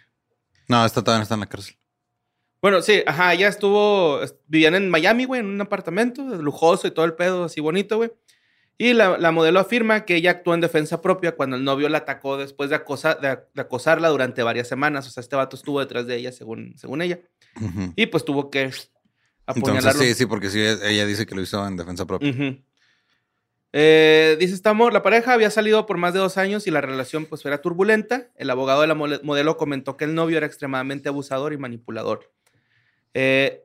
Speaker 4: No, esta todavía no está en la cárcel.
Speaker 5: Bueno, sí, ajá, ella estuvo, est- vivían en Miami, güey, en un apartamento lujoso y todo el pedo así bonito, güey. Y la, la modelo afirma que ella actuó en defensa propia cuando el novio la atacó después de, acosa- de ac- de acosarla durante varias semanas. O sea, este vato estuvo detrás de ella, según, según ella.
Speaker 4: Ujú.
Speaker 5: Y pues tuvo que apuñalarlo.
Speaker 4: Entonces, sí, sí, porque sí, ella dice que lo hizo en defensa propia.
Speaker 5: Ujú. Eh, dice este amor, la pareja había salido por más de dos años y la relación pues era turbulenta. El abogado de la mole- modelo comentó que el novio era extremadamente abusador y manipulador. Eh,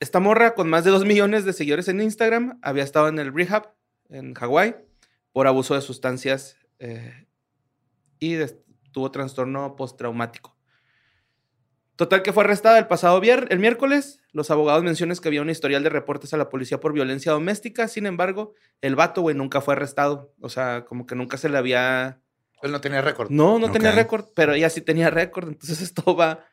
Speaker 5: esta morra con más de dos millones de seguidores en Instagram había estado en el rehab en Hawái por abuso de sustancias eh, y des- tuvo trastorno postraumático. Total que fue arrestada el pasado vier- el miércoles. Los abogados mencionan que había un historial de reportes a la policía por violencia doméstica. Sin embargo, el vato, güey, nunca fue arrestado. O sea, como que nunca se le había...
Speaker 3: Él no tenía récord.
Speaker 5: No, no tenía
Speaker 4: Ok.
Speaker 5: récord, pero ella sí tenía récord. Entonces esto va,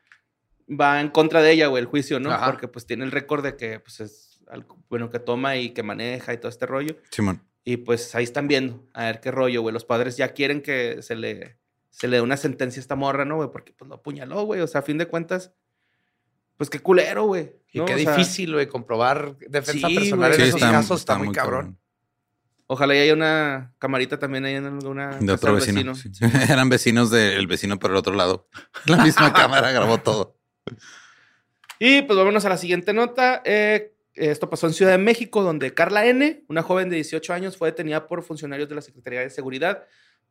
Speaker 5: va en contra de ella, güey, el juicio, ¿no?
Speaker 3: Ajá.
Speaker 5: Porque pues tiene el récord de que pues es algo bueno que toma y que maneja y todo este rollo.
Speaker 4: Simón.
Speaker 5: Y pues ahí están viendo, a ver qué rollo, güey. Los padres ya quieren que se le, se le dé una sentencia a esta morra, ¿no, güey? Porque pues lo apuñaló, güey. O sea, a fin de cuentas, pues qué culero, güey.
Speaker 3: Y
Speaker 5: ¿no?
Speaker 3: qué
Speaker 5: O sea,
Speaker 3: difícil, güey, comprobar defensa
Speaker 5: Sí,
Speaker 3: personal
Speaker 5: güey.
Speaker 3: en
Speaker 5: Sí,
Speaker 3: esos
Speaker 5: está-
Speaker 3: casos. Está, muy cabrón.
Speaker 5: Ojalá y haya una camarita también ahí en alguna.
Speaker 4: De
Speaker 5: casa
Speaker 4: otro
Speaker 5: del
Speaker 4: vecino. sí. Eran vecinos del vecino por el otro lado. La misma cámara grabó todo.
Speaker 5: Y pues vámonos a la siguiente nota. Eh, esto pasó en Ciudad de México, donde Carla N., una joven de 18 años, fue detenida por funcionarios de la Secretaría de Seguridad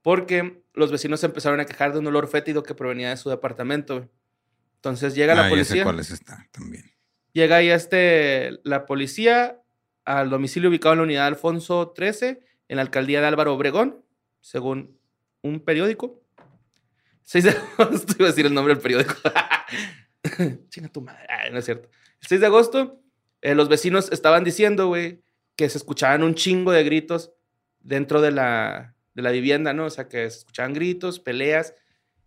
Speaker 5: porque los vecinos se empezaron a quejar de un olor fétido que provenía de su departamento. güey. Entonces llega la
Speaker 4: Ah, ya sé
Speaker 5: policía.
Speaker 4: cuáles están también.
Speaker 5: Llega ahí este, la policía al domicilio ubicado en la unidad Alfonso 13, en la alcaldía de Álvaro Obregón, según un periódico. 6 de agosto, iba a decir el nombre del periódico. Chinga tu madre, Ah, no es cierto. El 6 de agosto, eh, los vecinos estaban diciendo, güey, que se escuchaban un chingo de gritos dentro de la, de la vivienda, ¿no? O sea, que se escuchaban gritos, peleas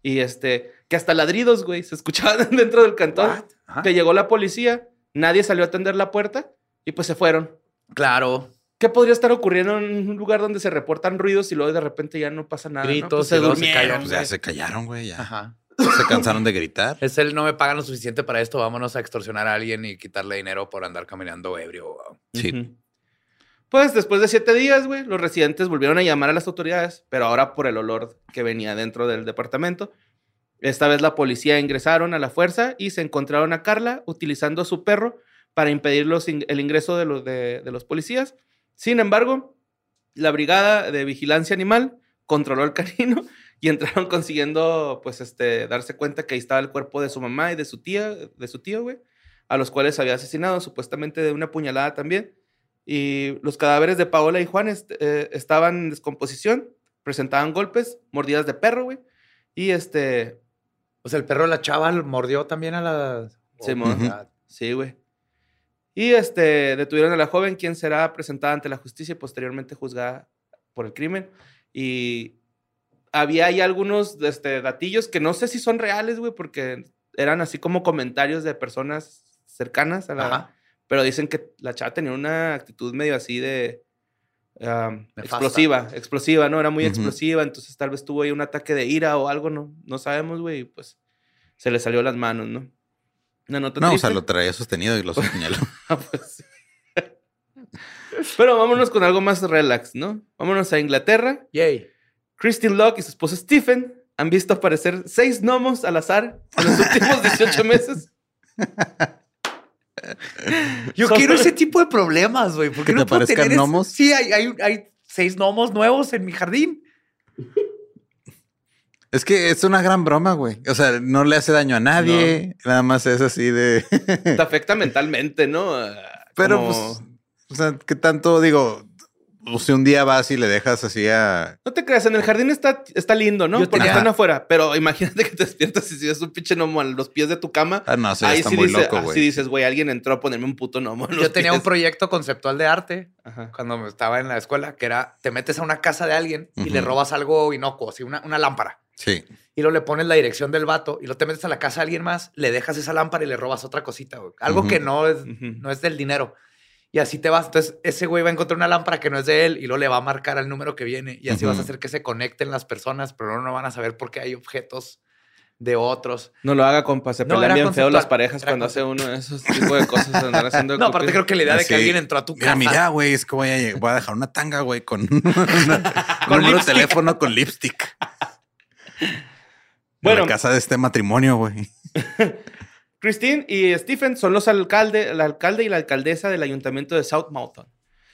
Speaker 5: y este, que hasta ladridos, güey, se escuchaban dentro del cantón.
Speaker 3: What? Ajá.
Speaker 5: Que llegó la policía, nadie salió a atender la puerta y pues se fueron.
Speaker 3: Claro.
Speaker 5: ¿Qué podría estar ocurriendo en un lugar donde se reportan ruidos y luego de repente ya no pasa nada? ¿no?
Speaker 3: Gritos
Speaker 5: Pues se
Speaker 3: y luego se
Speaker 5: durmieron,
Speaker 3: callan,
Speaker 4: Pues
Speaker 5: güey.
Speaker 4: ya se callaron, güey. Ya
Speaker 3: Ajá.
Speaker 4: se cansaron de gritar.
Speaker 3: Es el no me pagan lo suficiente para esto. Vámonos a extorsionar a alguien y quitarle dinero por andar caminando ebrio. wow.
Speaker 4: Sí.
Speaker 5: Ujú. Pues después de siete días, güey, los residentes volvieron a llamar a las autoridades, pero ahora por el olor que venía dentro del departamento. Esta vez la policía ingresaron a la fuerza y se encontraron a Carla utilizando a su perro para impedir los ing- el ingreso de los, de, de los policías. Sin embargo, la brigada de vigilancia animal controló el canino y entraron consiguiendo, pues, este, darse cuenta que ahí estaba el cuerpo de su mamá y de su tía, de su tío, güey, a los cuales había asesinado, supuestamente de una puñalada también. Y los cadáveres de Paola y Juan est- eh, estaban en descomposición, presentaban golpes, mordidas de perro, güey. Y este,
Speaker 3: O sea, el perro de la chava lo mordió también a la.
Speaker 5: Simón.
Speaker 3: my God.
Speaker 5: sí, güey. Y este, detuvieron a la joven, quien será presentada ante la justicia y posteriormente juzgada por el crimen. Y había ahí algunos este, datillos que no sé si son reales, güey, porque eran así como comentarios de personas cercanas a la,
Speaker 3: Ajá.
Speaker 5: pero dicen que la chava tenía una actitud medio así de um,
Speaker 3: Nefasta.
Speaker 5: explosiva, explosiva, ¿no? Era muy
Speaker 4: Ujú.
Speaker 5: explosiva, entonces tal vez tuvo ahí un ataque de ira o algo, no, no sabemos, güey, y pues se le salió las manos, ¿no? Una nota
Speaker 4: No, o
Speaker 5: triste.
Speaker 4: sea, lo traía sostenido y los señaló.
Speaker 5: Ah, pues sí. Pero vámonos con algo más relax, ¿no? Vámonos a Inglaterra.
Speaker 3: Yay.
Speaker 5: Christine Locke y su esposo Stephen han visto aparecer seis gnomos al azar en los últimos 18 meses.
Speaker 3: Yo
Speaker 5: Son-
Speaker 3: quiero ese tipo de problemas, güey. ¿Por
Speaker 4: ¿Que
Speaker 3: qué
Speaker 4: te
Speaker 3: no puedo
Speaker 4: aparezcan
Speaker 3: tener ese-
Speaker 4: gnomos?
Speaker 3: Sí, hay, hay, hay seis gnomos nuevos en mi jardín.
Speaker 4: Es que es una gran broma, güey. O sea, no le hace daño a nadie. Nada más es así de.
Speaker 5: Te afecta mentalmente, ¿no? Ah,
Speaker 4: Pero
Speaker 5: como-
Speaker 4: pues, o sea, ¿qué tanto digo? pues, si un día vas y le dejas así a.
Speaker 5: No te creas, en el jardín está, está lindo, ¿no?
Speaker 3: Yo
Speaker 5: Porque
Speaker 4: tenía-
Speaker 5: están afuera. Pero imagínate que te despiertas y si ves un pinche gnomo a los pies de tu cama.
Speaker 4: Ah, no, eso ya
Speaker 5: ahí
Speaker 4: está
Speaker 5: sí,
Speaker 4: muy
Speaker 5: dice-
Speaker 4: loco,
Speaker 5: ah,
Speaker 4: güey.
Speaker 5: sí dices, güey, alguien entró a ponerme un puto gnomo. en los
Speaker 3: Yo tenía un
Speaker 5: pies".
Speaker 3: proyecto conceptual de arte
Speaker 5: Ajá.
Speaker 3: cuando me estaba en la escuela, que era te metes a una casa de alguien y le
Speaker 4: Ujú.
Speaker 3: robas algo inocuo, así una, una lámpara.
Speaker 4: Sí.
Speaker 3: Y luego le pones la dirección del vato y luego te metes a la casa de alguien más, le dejas esa lámpara y le robas otra cosita, güey. Algo que
Speaker 4: Ujú.
Speaker 3: no es,
Speaker 5: Ujú.
Speaker 3: no es del dinero. Y así te vas. Entonces, ese güey va a encontrar una lámpara que no es de él y luego le va a marcar al número que viene. Y así vas a
Speaker 4: Ujú.
Speaker 3: hacer que se conecten las personas, pero no, no van a saber por qué hay objetos de otros.
Speaker 5: No lo haga, compa. Se
Speaker 3: No,
Speaker 5: pelean
Speaker 3: era
Speaker 5: bien feo
Speaker 3: conceptual.
Speaker 5: las parejas
Speaker 3: Era
Speaker 5: cuando hace uno de esos tipos de cosas. andar haciendo
Speaker 3: No, aparte
Speaker 5: copias.
Speaker 3: creo que la idea de
Speaker 4: Así,
Speaker 3: que alguien entró a tu
Speaker 4: Mira,
Speaker 3: casa.
Speaker 4: mira, güey, es que voy a, lle- voy a dejar una tanga, güey, con un número de
Speaker 3: lipstick.
Speaker 4: teléfono con lipstick. Bueno.
Speaker 5: Bueno.
Speaker 4: En la casa de este matrimonio, güey.
Speaker 5: Christine y Stephen son los alcaldes, el alcalde y la alcaldesa del ayuntamiento de South Mountain.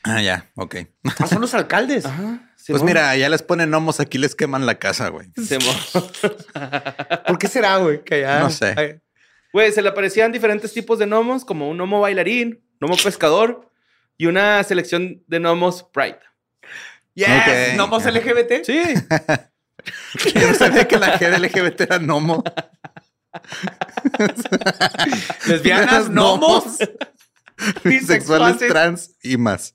Speaker 4: Ah, ya, ok.
Speaker 3: Ah, son los alcaldes.
Speaker 5: Ajá.
Speaker 4: Pues mira, allá les ponen homos, aquí les queman la casa, güey.
Speaker 3: ¿Por qué será, güey? Que ya-
Speaker 4: No sé.
Speaker 3: Ay,
Speaker 5: Güey, se le aparecían diferentes tipos de gnomos, como un gnomo bailarín, gnomo pescador y una selección de gnomos Pride.
Speaker 3: Yes,
Speaker 4: Ok.
Speaker 3: nomos LGBT.
Speaker 5: Sí.
Speaker 4: Yo no sabía que la G del LGBT era nomo.
Speaker 3: Lesbianas, nomos.
Speaker 4: Bisexuales,
Speaker 3: Bisexuales.
Speaker 4: trans y más.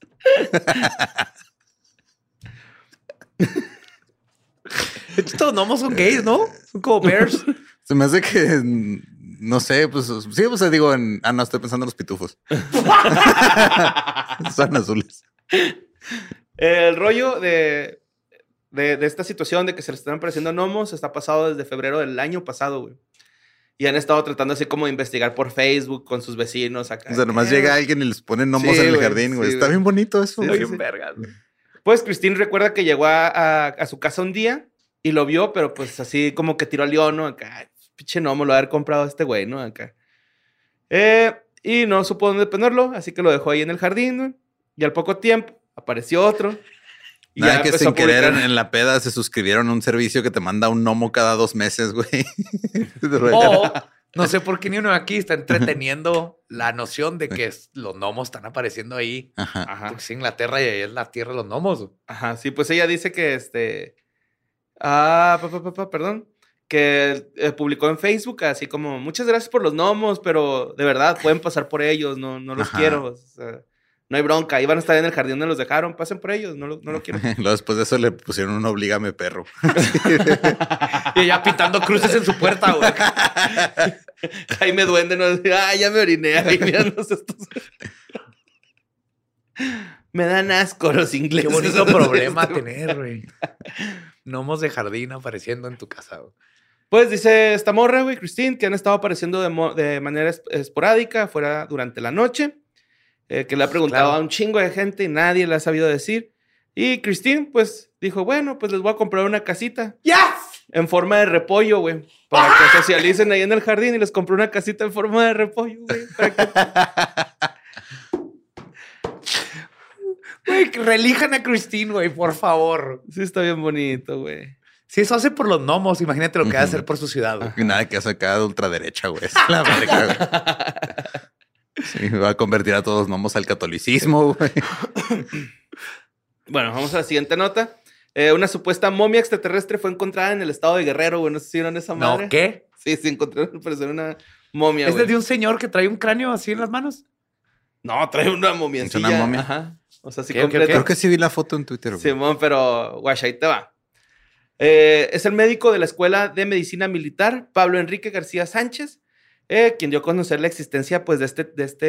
Speaker 3: Estos nomos son gays, ¿no? Son como bears.
Speaker 4: Se me hace que, mm, no sé, pues sí, pues digo, en, ah, no, estoy pensando en los pitufos. Son azules.
Speaker 5: El rollo de, de, de esta situación de que se le están apareciendo gnomos está pasado desde febrero del año pasado, güey. Y han estado tratando así como de investigar por Facebook con sus vecinos acá.
Speaker 4: O sea, nomás
Speaker 5: Eh,
Speaker 4: llega alguien y les pone nomos
Speaker 5: Sí,
Speaker 4: en el
Speaker 5: güey,
Speaker 4: jardín, güey.
Speaker 5: sí,
Speaker 4: Está
Speaker 5: güey.
Speaker 4: bien bonito eso,
Speaker 5: Sí,
Speaker 4: güey.
Speaker 5: sí, sí.
Speaker 3: vergas, güey.
Speaker 5: Pues Christine recuerda que llegó a, a- a su casa un día y lo vio, pero pues así como que tiró al león, ¿no? Acá, "Ay, pinche no, me lo haber comprado a este güey, ¿no? Acá. Eh, y no supo dónde ponerlo, así que lo dejó ahí en el jardín, ¿no? Y al poco tiempo apareció otro. y
Speaker 4: Nada
Speaker 5: ya
Speaker 4: que
Speaker 5: empezó
Speaker 4: sin
Speaker 5: a
Speaker 4: querer en,
Speaker 5: publicar.
Speaker 4: en la peda se suscribieron a un servicio que te manda un gnomo cada dos meses, güey. De regalo.
Speaker 3: O no sé por qué ni uno aquí está entreteniendo la noción de que es- los gnomos están apareciendo ahí.
Speaker 4: Ajá.
Speaker 5: Ajá.
Speaker 3: Porque es Inglaterra y ahí es la tierra de los gnomos. güey.
Speaker 5: Ajá, sí, pues ella dice que este. Ah, pa, pa, pa, pa, perdón. Que eh, publicó en Facebook, así como: Muchas gracias por los gnomos, pero de verdad pueden pasar por ellos, no, no los
Speaker 4: Ajá.
Speaker 5: quiero. o sea, no hay bronca, ahí van a estar en el jardín donde los dejaron, pasen por ellos, no lo, no lo quiero.
Speaker 4: Luego después de eso le pusieron un oblígame perro.
Speaker 3: Y ella pintando cruces en su puerta, güey.
Speaker 5: ahí me duende, no ah, ya me oriné, ahí miran los estos. me dan asco los
Speaker 3: Qué
Speaker 5: ingleses.
Speaker 3: bonito
Speaker 5: Este,
Speaker 3: problema
Speaker 5: güey.
Speaker 3: tener, güey. Gnomos de jardín apareciendo en tu casa. güey.
Speaker 5: Pues dice esta morra, güey, Christine, que han estado apareciendo de, mo- de manera es- esporádica, fuera durante la noche, eh, que le ha preguntado
Speaker 3: Claro.
Speaker 5: a un chingo de gente y nadie le ha sabido decir. Y Christine, pues, dijo, bueno, pues les voy a comprar una casita
Speaker 3: ¡Yes!
Speaker 5: en forma de repollo, güey, para que socialicen ahí en el jardín y les compré una casita en forma de repollo, güey. para que-
Speaker 3: Güey, que relijan a Christine, güey, por favor.
Speaker 5: Sí, está bien bonito, güey.
Speaker 3: Si eso hace por los gnomos, imagínate lo que va a hacer por su ciudad, güey.
Speaker 4: Y nada que hace acá de ultraderecha, güey. Es la verga, güey. Sí, va a convertir a todos los gnomos al catolicismo, güey.
Speaker 5: Bueno, vamos a la siguiente nota. Eh, una supuesta momia extraterrestre fue encontrada en el estado de Guerrero, güey. No sé si vieron esa madre.
Speaker 3: No, ¿qué?
Speaker 5: Sí, sí, encontraron parecer una momia.
Speaker 3: ¿Es
Speaker 5: güey.
Speaker 3: de un señor que trae un cráneo así en las manos?
Speaker 5: No, trae una momia.
Speaker 4: Es una momia.
Speaker 5: Ajá. O sea, sí,
Speaker 3: Ok, ok,
Speaker 5: completa.
Speaker 4: Creo que sí vi la foto en Twitter, güey.
Speaker 5: Simón, pero guacha, ahí te va. Eh, es el médico de la Escuela de Medicina Militar, Pablo Enrique García Sánchez, eh, quien dio a conocer la existencia pues, de, este, de, este,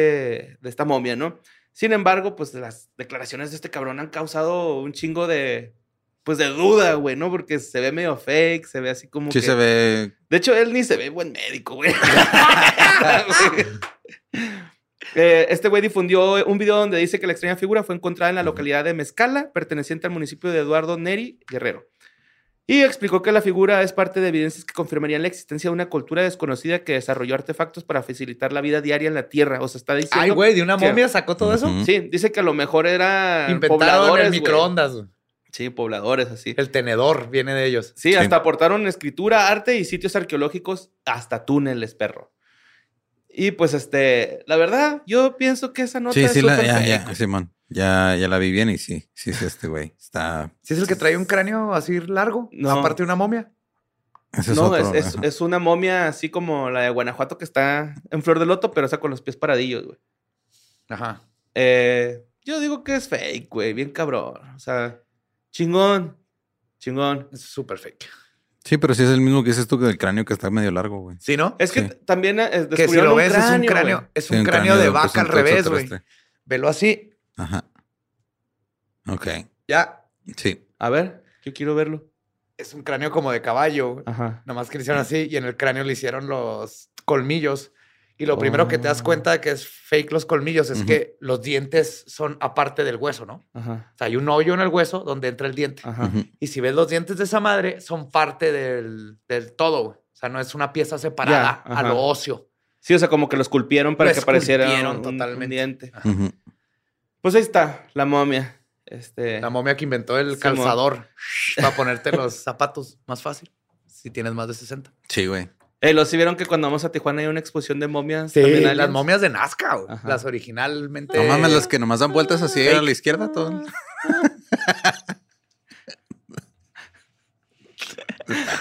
Speaker 5: de esta momia, ¿no? Sin embargo, pues las declaraciones de este cabrón han causado un chingo de, pues, de duda, güey, ¿no? Porque se ve medio fake, se ve así como
Speaker 4: sí
Speaker 5: que...
Speaker 4: se ve.
Speaker 5: De hecho, él ni se ve buen médico, güey. Eh, este güey difundió un video donde dice que la extraña figura fue encontrada en la localidad de Mezcala, perteneciente al municipio de Eduardo Neri, Guerrero. Y explicó que la figura es parte de evidencias que confirmarían la existencia de una cultura desconocida que desarrolló artefactos para facilitar la vida diaria en la Tierra. O sea, está diciendo...
Speaker 3: Ay, güey, de una
Speaker 5: que-
Speaker 3: momia sacó todo eso.
Speaker 4: Ujú.
Speaker 5: Sí, dice que a lo mejor era
Speaker 3: Inventaron el microondas. güey.
Speaker 5: Sí, pobladores, así.
Speaker 3: El tenedor viene de ellos.
Speaker 5: Sí,
Speaker 4: Sí.
Speaker 5: hasta aportaron escritura, arte y sitios arqueológicos, hasta túneles, perro. Y pues, este, la verdad, yo pienso que esa nota
Speaker 4: Sí,
Speaker 5: es
Speaker 4: sí, la,
Speaker 5: súper
Speaker 4: ya,
Speaker 5: fake,
Speaker 4: ya,
Speaker 5: güey.
Speaker 4: Simón. Ya, ya la vi bien y sí, sí, es este, güey. Está.
Speaker 3: ¿Sí es el que trae un cráneo así largo?
Speaker 5: No.
Speaker 3: Aparte de una momia.
Speaker 4: Ese es
Speaker 5: no,
Speaker 4: otro.
Speaker 5: es, es-
Speaker 4: ajá.
Speaker 5: es una momia así como la de Guanajuato que está en flor de loto, pero esa con los pies paradillos, güey.
Speaker 3: Ajá.
Speaker 5: Eh, yo digo que es fake, güey, bien cabrón. O sea, chingón, chingón.
Speaker 3: Es súper fake.
Speaker 4: Sí, pero sí es el mismo que dices tú que del cráneo que está medio largo, güey.
Speaker 3: ¿Sí, no?
Speaker 5: Es que
Speaker 4: Sí.
Speaker 5: t- también eh,
Speaker 3: que si
Speaker 5: descubrieron
Speaker 3: lo
Speaker 5: un
Speaker 3: ves es un
Speaker 5: cráneo,
Speaker 3: cráneo,
Speaker 5: güey.
Speaker 3: es
Speaker 4: Sí,
Speaker 3: un cráneo de vaca al
Speaker 4: presunto
Speaker 3: revés, güey.
Speaker 4: pues, extraterrestre.
Speaker 3: Velo así,
Speaker 4: Ajá. Ok.
Speaker 3: ya.
Speaker 4: Sí.
Speaker 5: A ver, yo quiero verlo.
Speaker 3: es un cráneo como de caballo. güey.
Speaker 5: Ajá.
Speaker 3: Nomás que le hicieron así y en el cráneo le hicieron los colmillos. Y lo primero que te das cuenta de que es fake los colmillos es que los dientes son aparte del hueso, ¿no?
Speaker 5: Ajá.
Speaker 3: O sea, hay un hoyo en el hueso donde entra el diente.
Speaker 5: Ajá.
Speaker 4: Ujú.
Speaker 3: Y si ves los dientes de esa madre, son parte del, del todo. güey. O sea, no es una pieza separada
Speaker 5: Ya,
Speaker 3: a
Speaker 5: ajá.
Speaker 3: lo óseo.
Speaker 5: Sí, o sea, como que lo esculpieron para
Speaker 3: Lo
Speaker 5: que pareciera
Speaker 3: esculpieron
Speaker 5: un,
Speaker 3: totalmente.
Speaker 5: un diente.
Speaker 4: Ujú.
Speaker 5: Pues ahí está, la momia. Este,
Speaker 3: La momia que inventó el
Speaker 5: Simón.
Speaker 3: calzador para ponerte los zapatos más fácil si tienes más de 60.
Speaker 4: Sí, güey.
Speaker 5: Eh, ¿Los sí vieron que cuando vamos a Tijuana hay una exposición de momias?
Speaker 3: Sí,
Speaker 5: también
Speaker 3: las
Speaker 5: aliens?
Speaker 3: momias de Nazca, güey.
Speaker 5: Ajá.
Speaker 3: las originalmente.
Speaker 5: Eh.
Speaker 4: No mames, los que nomás dan vueltas así a la izquierda, todo.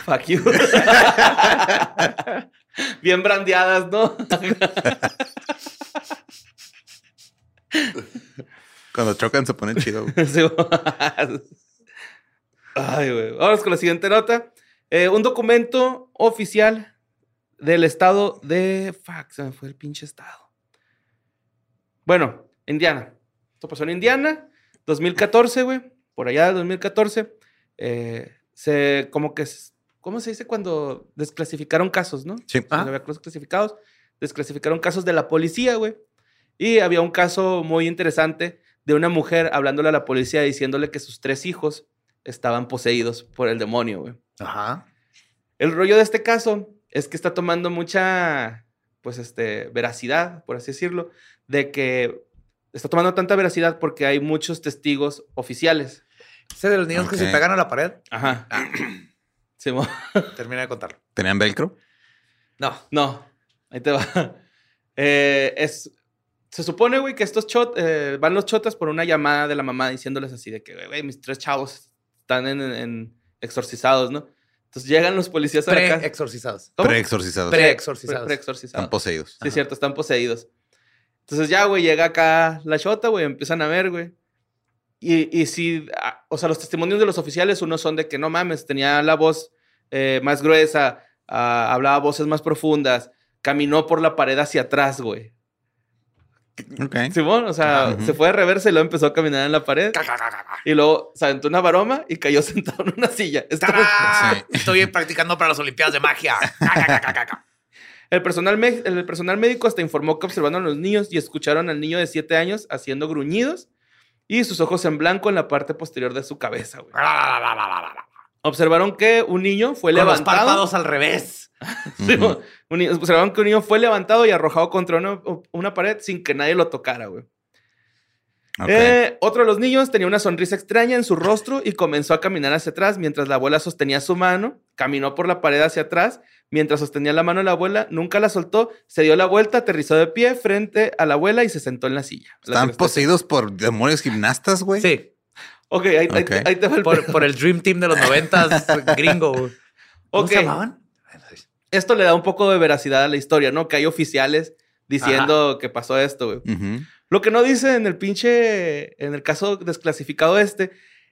Speaker 5: Fuck you. Bien brandeadas, ¿no?
Speaker 4: Cuando chocan se ponen chido. güey.
Speaker 5: Sí. Ay, güey. Vamos con la siguiente nota. Eh, un documento oficial del estado de. Fuck, se me fue el pinche estado. Bueno, Indiana. Esto pasó en Indiana, 2014, güey. Por allá de 2014. eh, se, como que. s- ¿Cómo se dice cuando desclasificaron casos, no?
Speaker 4: Sí.
Speaker 5: Los había clas- clasificados. Desclasificaron casos de la policía, güey. Y había un caso muy interesante de una mujer hablándole a la policía diciéndole que sus tres hijos estaban poseídos por el demonio, güey.
Speaker 3: Ajá.
Speaker 5: El rollo de este caso es que está tomando mucha, pues, este, veracidad, por así decirlo, de que está tomando tanta veracidad porque hay muchos testigos oficiales.
Speaker 3: Ese de los niños que se
Speaker 4: Ok.
Speaker 3: pegan a la pared,
Speaker 5: Ajá. Sí, mo-
Speaker 3: termina de contarlo.
Speaker 4: ¿Tenían velcro?
Speaker 3: No.
Speaker 5: No, ahí te va. Eh, es, se supone, güey, que estos chot, eh, van los chotas por una llamada de la mamá diciéndoles así de que, güey, güey, mis tres chavos están en, en- exorcizados, ¿no? Entonces llegan los policías a la casa.
Speaker 3: Pre-exorcizados.
Speaker 5: ¿Cómo?
Speaker 4: Preexorcizados.
Speaker 3: Pre- Pre-exorcizados.
Speaker 5: Pre-exorcizados.
Speaker 4: Están poseídos.
Speaker 5: Sí, es cierto, están poseídos. Entonces ya, güey, llega acá la chota, güey, empiezan a ver, güey. Y, y sí, ah, o sea, los testimonios de los oficiales, unos son de que no mames, tenía la voz eh, más gruesa, ah, hablaba voces más profundas, caminó por la pared hacia atrás, güey.
Speaker 4: Ok.
Speaker 5: Simón, o sea,
Speaker 4: Ajá.
Speaker 5: se fue de reversa y luego empezó a caminar en la pared. Y luego se aventó una baroma y cayó sentado en una silla. Esto-
Speaker 3: ¡Tarán!
Speaker 4: Sí.
Speaker 3: Estoy practicando para las Olimpiadas de magia.
Speaker 5: El personal, me- el personal médico hasta informó que observaron a los niños y escucharon al niño de 7 años haciendo gruñidos y sus ojos en blanco en la parte posterior de su cabeza, güey. Observaron que un niño fue
Speaker 3: Con los
Speaker 5: levantado.
Speaker 3: párpados al revés.
Speaker 5: Sí,
Speaker 4: Ujú.
Speaker 5: un niño- observaron que un niño fue levantado y arrojado contra una, una pared sin que nadie lo tocara, güey.
Speaker 4: Ok.
Speaker 5: Eh, otro de los niños tenía una sonrisa extraña en su rostro y comenzó a caminar hacia atrás mientras la abuela sostenía su mano. Caminó por la pared hacia atrás mientras sostenía la mano de la abuela, nunca la soltó, se dio la vuelta, aterrizó de pie frente a la abuela y se sentó en la silla. La
Speaker 4: Están
Speaker 5: silla
Speaker 4: poseídos por demonios gimnastas, güey.
Speaker 3: Sí.
Speaker 5: Ok, ahí, ahí-
Speaker 4: Ok.
Speaker 5: ahí te va el
Speaker 3: Por, por el Dream Team de los noventas gringo. güey. ¿Cómo
Speaker 5: Ok.
Speaker 3: se llamaban?
Speaker 5: Esto le da un poco de veracidad a la historia, ¿no? Que hay oficiales diciendo que pasó esto, güey.
Speaker 4: Ujú.
Speaker 5: Lo que no dice en el pinche, en el caso desclasificado este,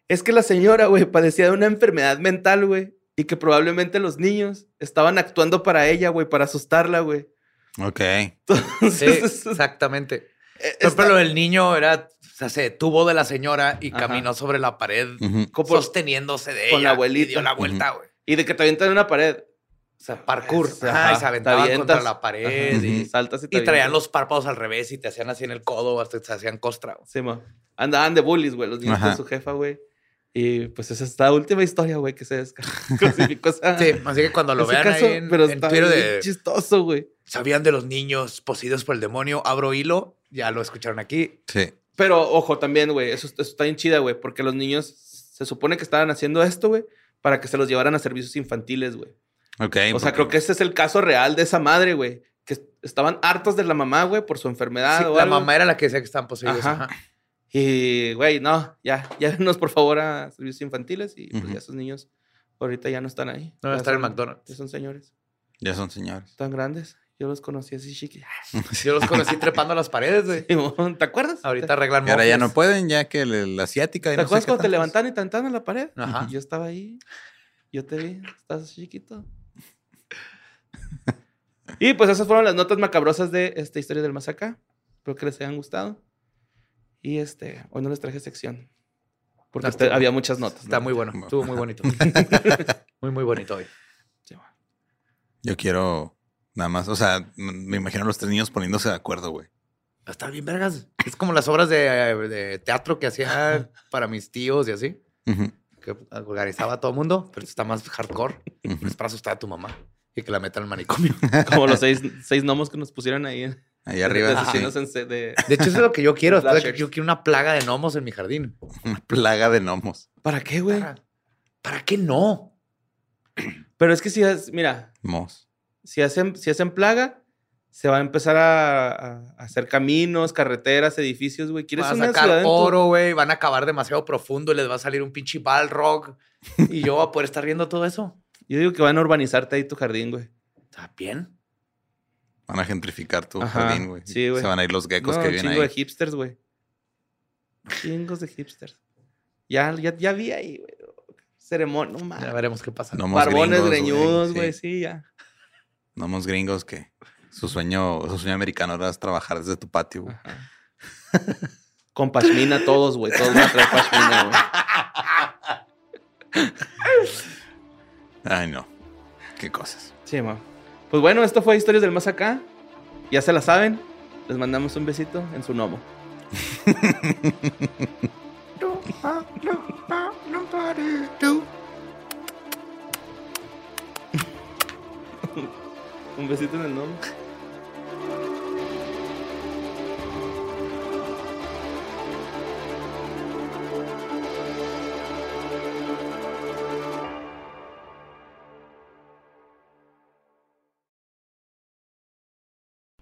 Speaker 5: es que la señora, güey, padecía de una enfermedad mental, güey, y que probablemente los niños estaban actuando para ella, güey, para asustarla, güey.
Speaker 4: Ok.
Speaker 3: Sí,
Speaker 5: Entonces,
Speaker 3: exactamente.
Speaker 5: eh,
Speaker 3: Pero,
Speaker 5: está-
Speaker 3: pero el niño era, o sea, se detuvo de la señora y
Speaker 5: Ajá.
Speaker 3: caminó sobre la pared
Speaker 4: Ujú.
Speaker 5: Como-
Speaker 3: sosteniéndose de ella.
Speaker 5: con la
Speaker 3: y
Speaker 5: abuelita.
Speaker 3: dio la vuelta, güey.
Speaker 5: y de que te avientan en una pared.
Speaker 3: O sea, parkour. Ajá,
Speaker 5: Ajá,
Speaker 3: y
Speaker 5: te
Speaker 3: se aventaban contra
Speaker 5: avientas.
Speaker 3: la pared.
Speaker 5: Ajá,
Speaker 3: y-
Speaker 5: sí, saltas y te
Speaker 3: Y traían
Speaker 5: avientas.
Speaker 3: los párpados al revés y te hacían así en el codo, hasta te hacían costra. güey.
Speaker 5: Sí, mo. Andaban de bullies, güey, los niños
Speaker 4: Ajá.
Speaker 5: con su jefa, güey. Y pues esa es la última historia, güey, que se desclasificó. esa-
Speaker 3: Sí, así que cuando lo
Speaker 5: ese
Speaker 3: vean
Speaker 5: caso,
Speaker 3: ahí en,
Speaker 5: pero
Speaker 3: en
Speaker 5: está
Speaker 3: Twitter
Speaker 5: bien
Speaker 3: de
Speaker 5: chistoso, güey.
Speaker 3: sabían de los niños poseídos por el demonio, abro hilo, ya lo escucharon aquí.
Speaker 4: Sí.
Speaker 5: Pero ojo también, güey, eso, eso está bien chida, güey, porque los niños se supone que estaban haciendo esto, güey, para que se los llevaran a servicios infantiles, güey.
Speaker 4: Ok.
Speaker 5: O sea,
Speaker 4: porque-
Speaker 5: creo que ese es el caso real de esa madre, güey, que est- estaban hartos de la mamá, güey, por su enfermedad.
Speaker 3: Sí,
Speaker 5: o
Speaker 3: la
Speaker 5: algo.
Speaker 3: mamá era la que decía que estaban poseídos.
Speaker 5: Ah, Ajá.
Speaker 3: ajá.
Speaker 5: Y, güey, no, ya, llévenos por favor a servicios infantiles y pues
Speaker 4: Ujú.
Speaker 5: ya esos niños ahorita ya no están ahí.
Speaker 3: No van a
Speaker 5: Ya
Speaker 3: estar en
Speaker 5: son-
Speaker 3: McDonald's.
Speaker 5: Ya son señores,
Speaker 4: Ya son señores.
Speaker 5: tan grandes. Yo los conocí así chiquitos.
Speaker 3: Yo los conocí trepando las paredes, güey.
Speaker 5: ¿Te acuerdas?
Speaker 3: Ahorita arreglan
Speaker 4: Y ahora ya no
Speaker 3: mofles.
Speaker 4: pueden, ya que el- la asiática. y
Speaker 5: Ah, pues. ¿Te
Speaker 4: no
Speaker 5: acuerdas
Speaker 4: sé qué
Speaker 5: cuando te
Speaker 4: tantos.
Speaker 5: levantaban y tantaban a la pared?
Speaker 3: Ajá.
Speaker 5: Yo estaba ahí. Yo te vi. Estás chiquito. y pues esas fueron las notas macabrosas de esta historia del Mazacá. Espero que les hayan gustado. Y este, hoy no les traje sección. Porque
Speaker 3: No,
Speaker 5: te-
Speaker 3: está-
Speaker 5: había muchas notas.
Speaker 3: Está
Speaker 5: ¿no?
Speaker 3: muy bueno. Estuvo muy bonito. muy, muy bonito hoy.
Speaker 4: Yo quiero nada más, o sea, m- me imagino a los tres niños poniéndose de acuerdo, güey.
Speaker 3: Está bien, vergas. Es como las obras de, de teatro que hacía para mis tíos y así,
Speaker 4: Ujú,
Speaker 3: que organizaba a todo el mundo, pero está más hardcore. Es para asustar a tu mamá y que la meta al manicomio.
Speaker 5: Como los seis, seis gnomos que nos pusieron ahí. en-
Speaker 4: Ahí
Speaker 5: de
Speaker 4: arriba, sí,
Speaker 5: asesinos en se- de-
Speaker 3: De hecho, eso es lo que yo quiero.
Speaker 5: Los
Speaker 3: Espero que-
Speaker 5: slashers.
Speaker 3: Yo quiero una plaga de gnomos en mi jardín.
Speaker 4: una plaga de gnomos.
Speaker 5: ¿Para qué, güey?
Speaker 3: ¿Para, ¿para qué no?
Speaker 5: Pero es que si, has- mira,
Speaker 4: Mos.
Speaker 5: si hacen, si hacen plaga, se va a empezar a, a- a hacer caminos, carreteras, edificios, güey. ¿Quieres
Speaker 3: Van a
Speaker 5: una
Speaker 3: sacar
Speaker 5: ciudad en tu-
Speaker 3: oro, güey. Van a acabar demasiado profundo y les va a salir un pinche balrog. Y yo voy a poder estar viendo todo eso.
Speaker 5: Yo digo que van a urbanizarte ahí tu jardín, güey.
Speaker 3: ¿Está bien?
Speaker 4: Van a gentrificar tu
Speaker 5: Ajá,
Speaker 4: jardín, güey.
Speaker 5: sí, güey.
Speaker 4: Se van a ir los geckos
Speaker 5: No,
Speaker 4: que
Speaker 5: un
Speaker 4: vienen
Speaker 5: chingo de
Speaker 4: ahí.
Speaker 5: hipsters, güey. Chingos de hipsters. Ya, ya, ya vi ahí, güey. Ceremonia, no
Speaker 3: Ya
Speaker 5: mames.
Speaker 3: veremos qué pasa.
Speaker 4: Gnomos
Speaker 5: Barbones
Speaker 4: gringos,
Speaker 5: greñudos, güey,
Speaker 4: sí.
Speaker 5: sí. ya.
Speaker 4: Gnomos gringos que su sueño, su sueño americano era trabajar desde tu patio, güey.
Speaker 5: Ajá. Con pashmina todos, güey. Todos van a traer pashmina, güey.
Speaker 4: Ay, no. Qué cosas.
Speaker 5: Sí, ma. Pues bueno, esto fue Historias del Más Acá. Ya se la saben. Les mandamos un besito en su nomo. un besito en el nomo.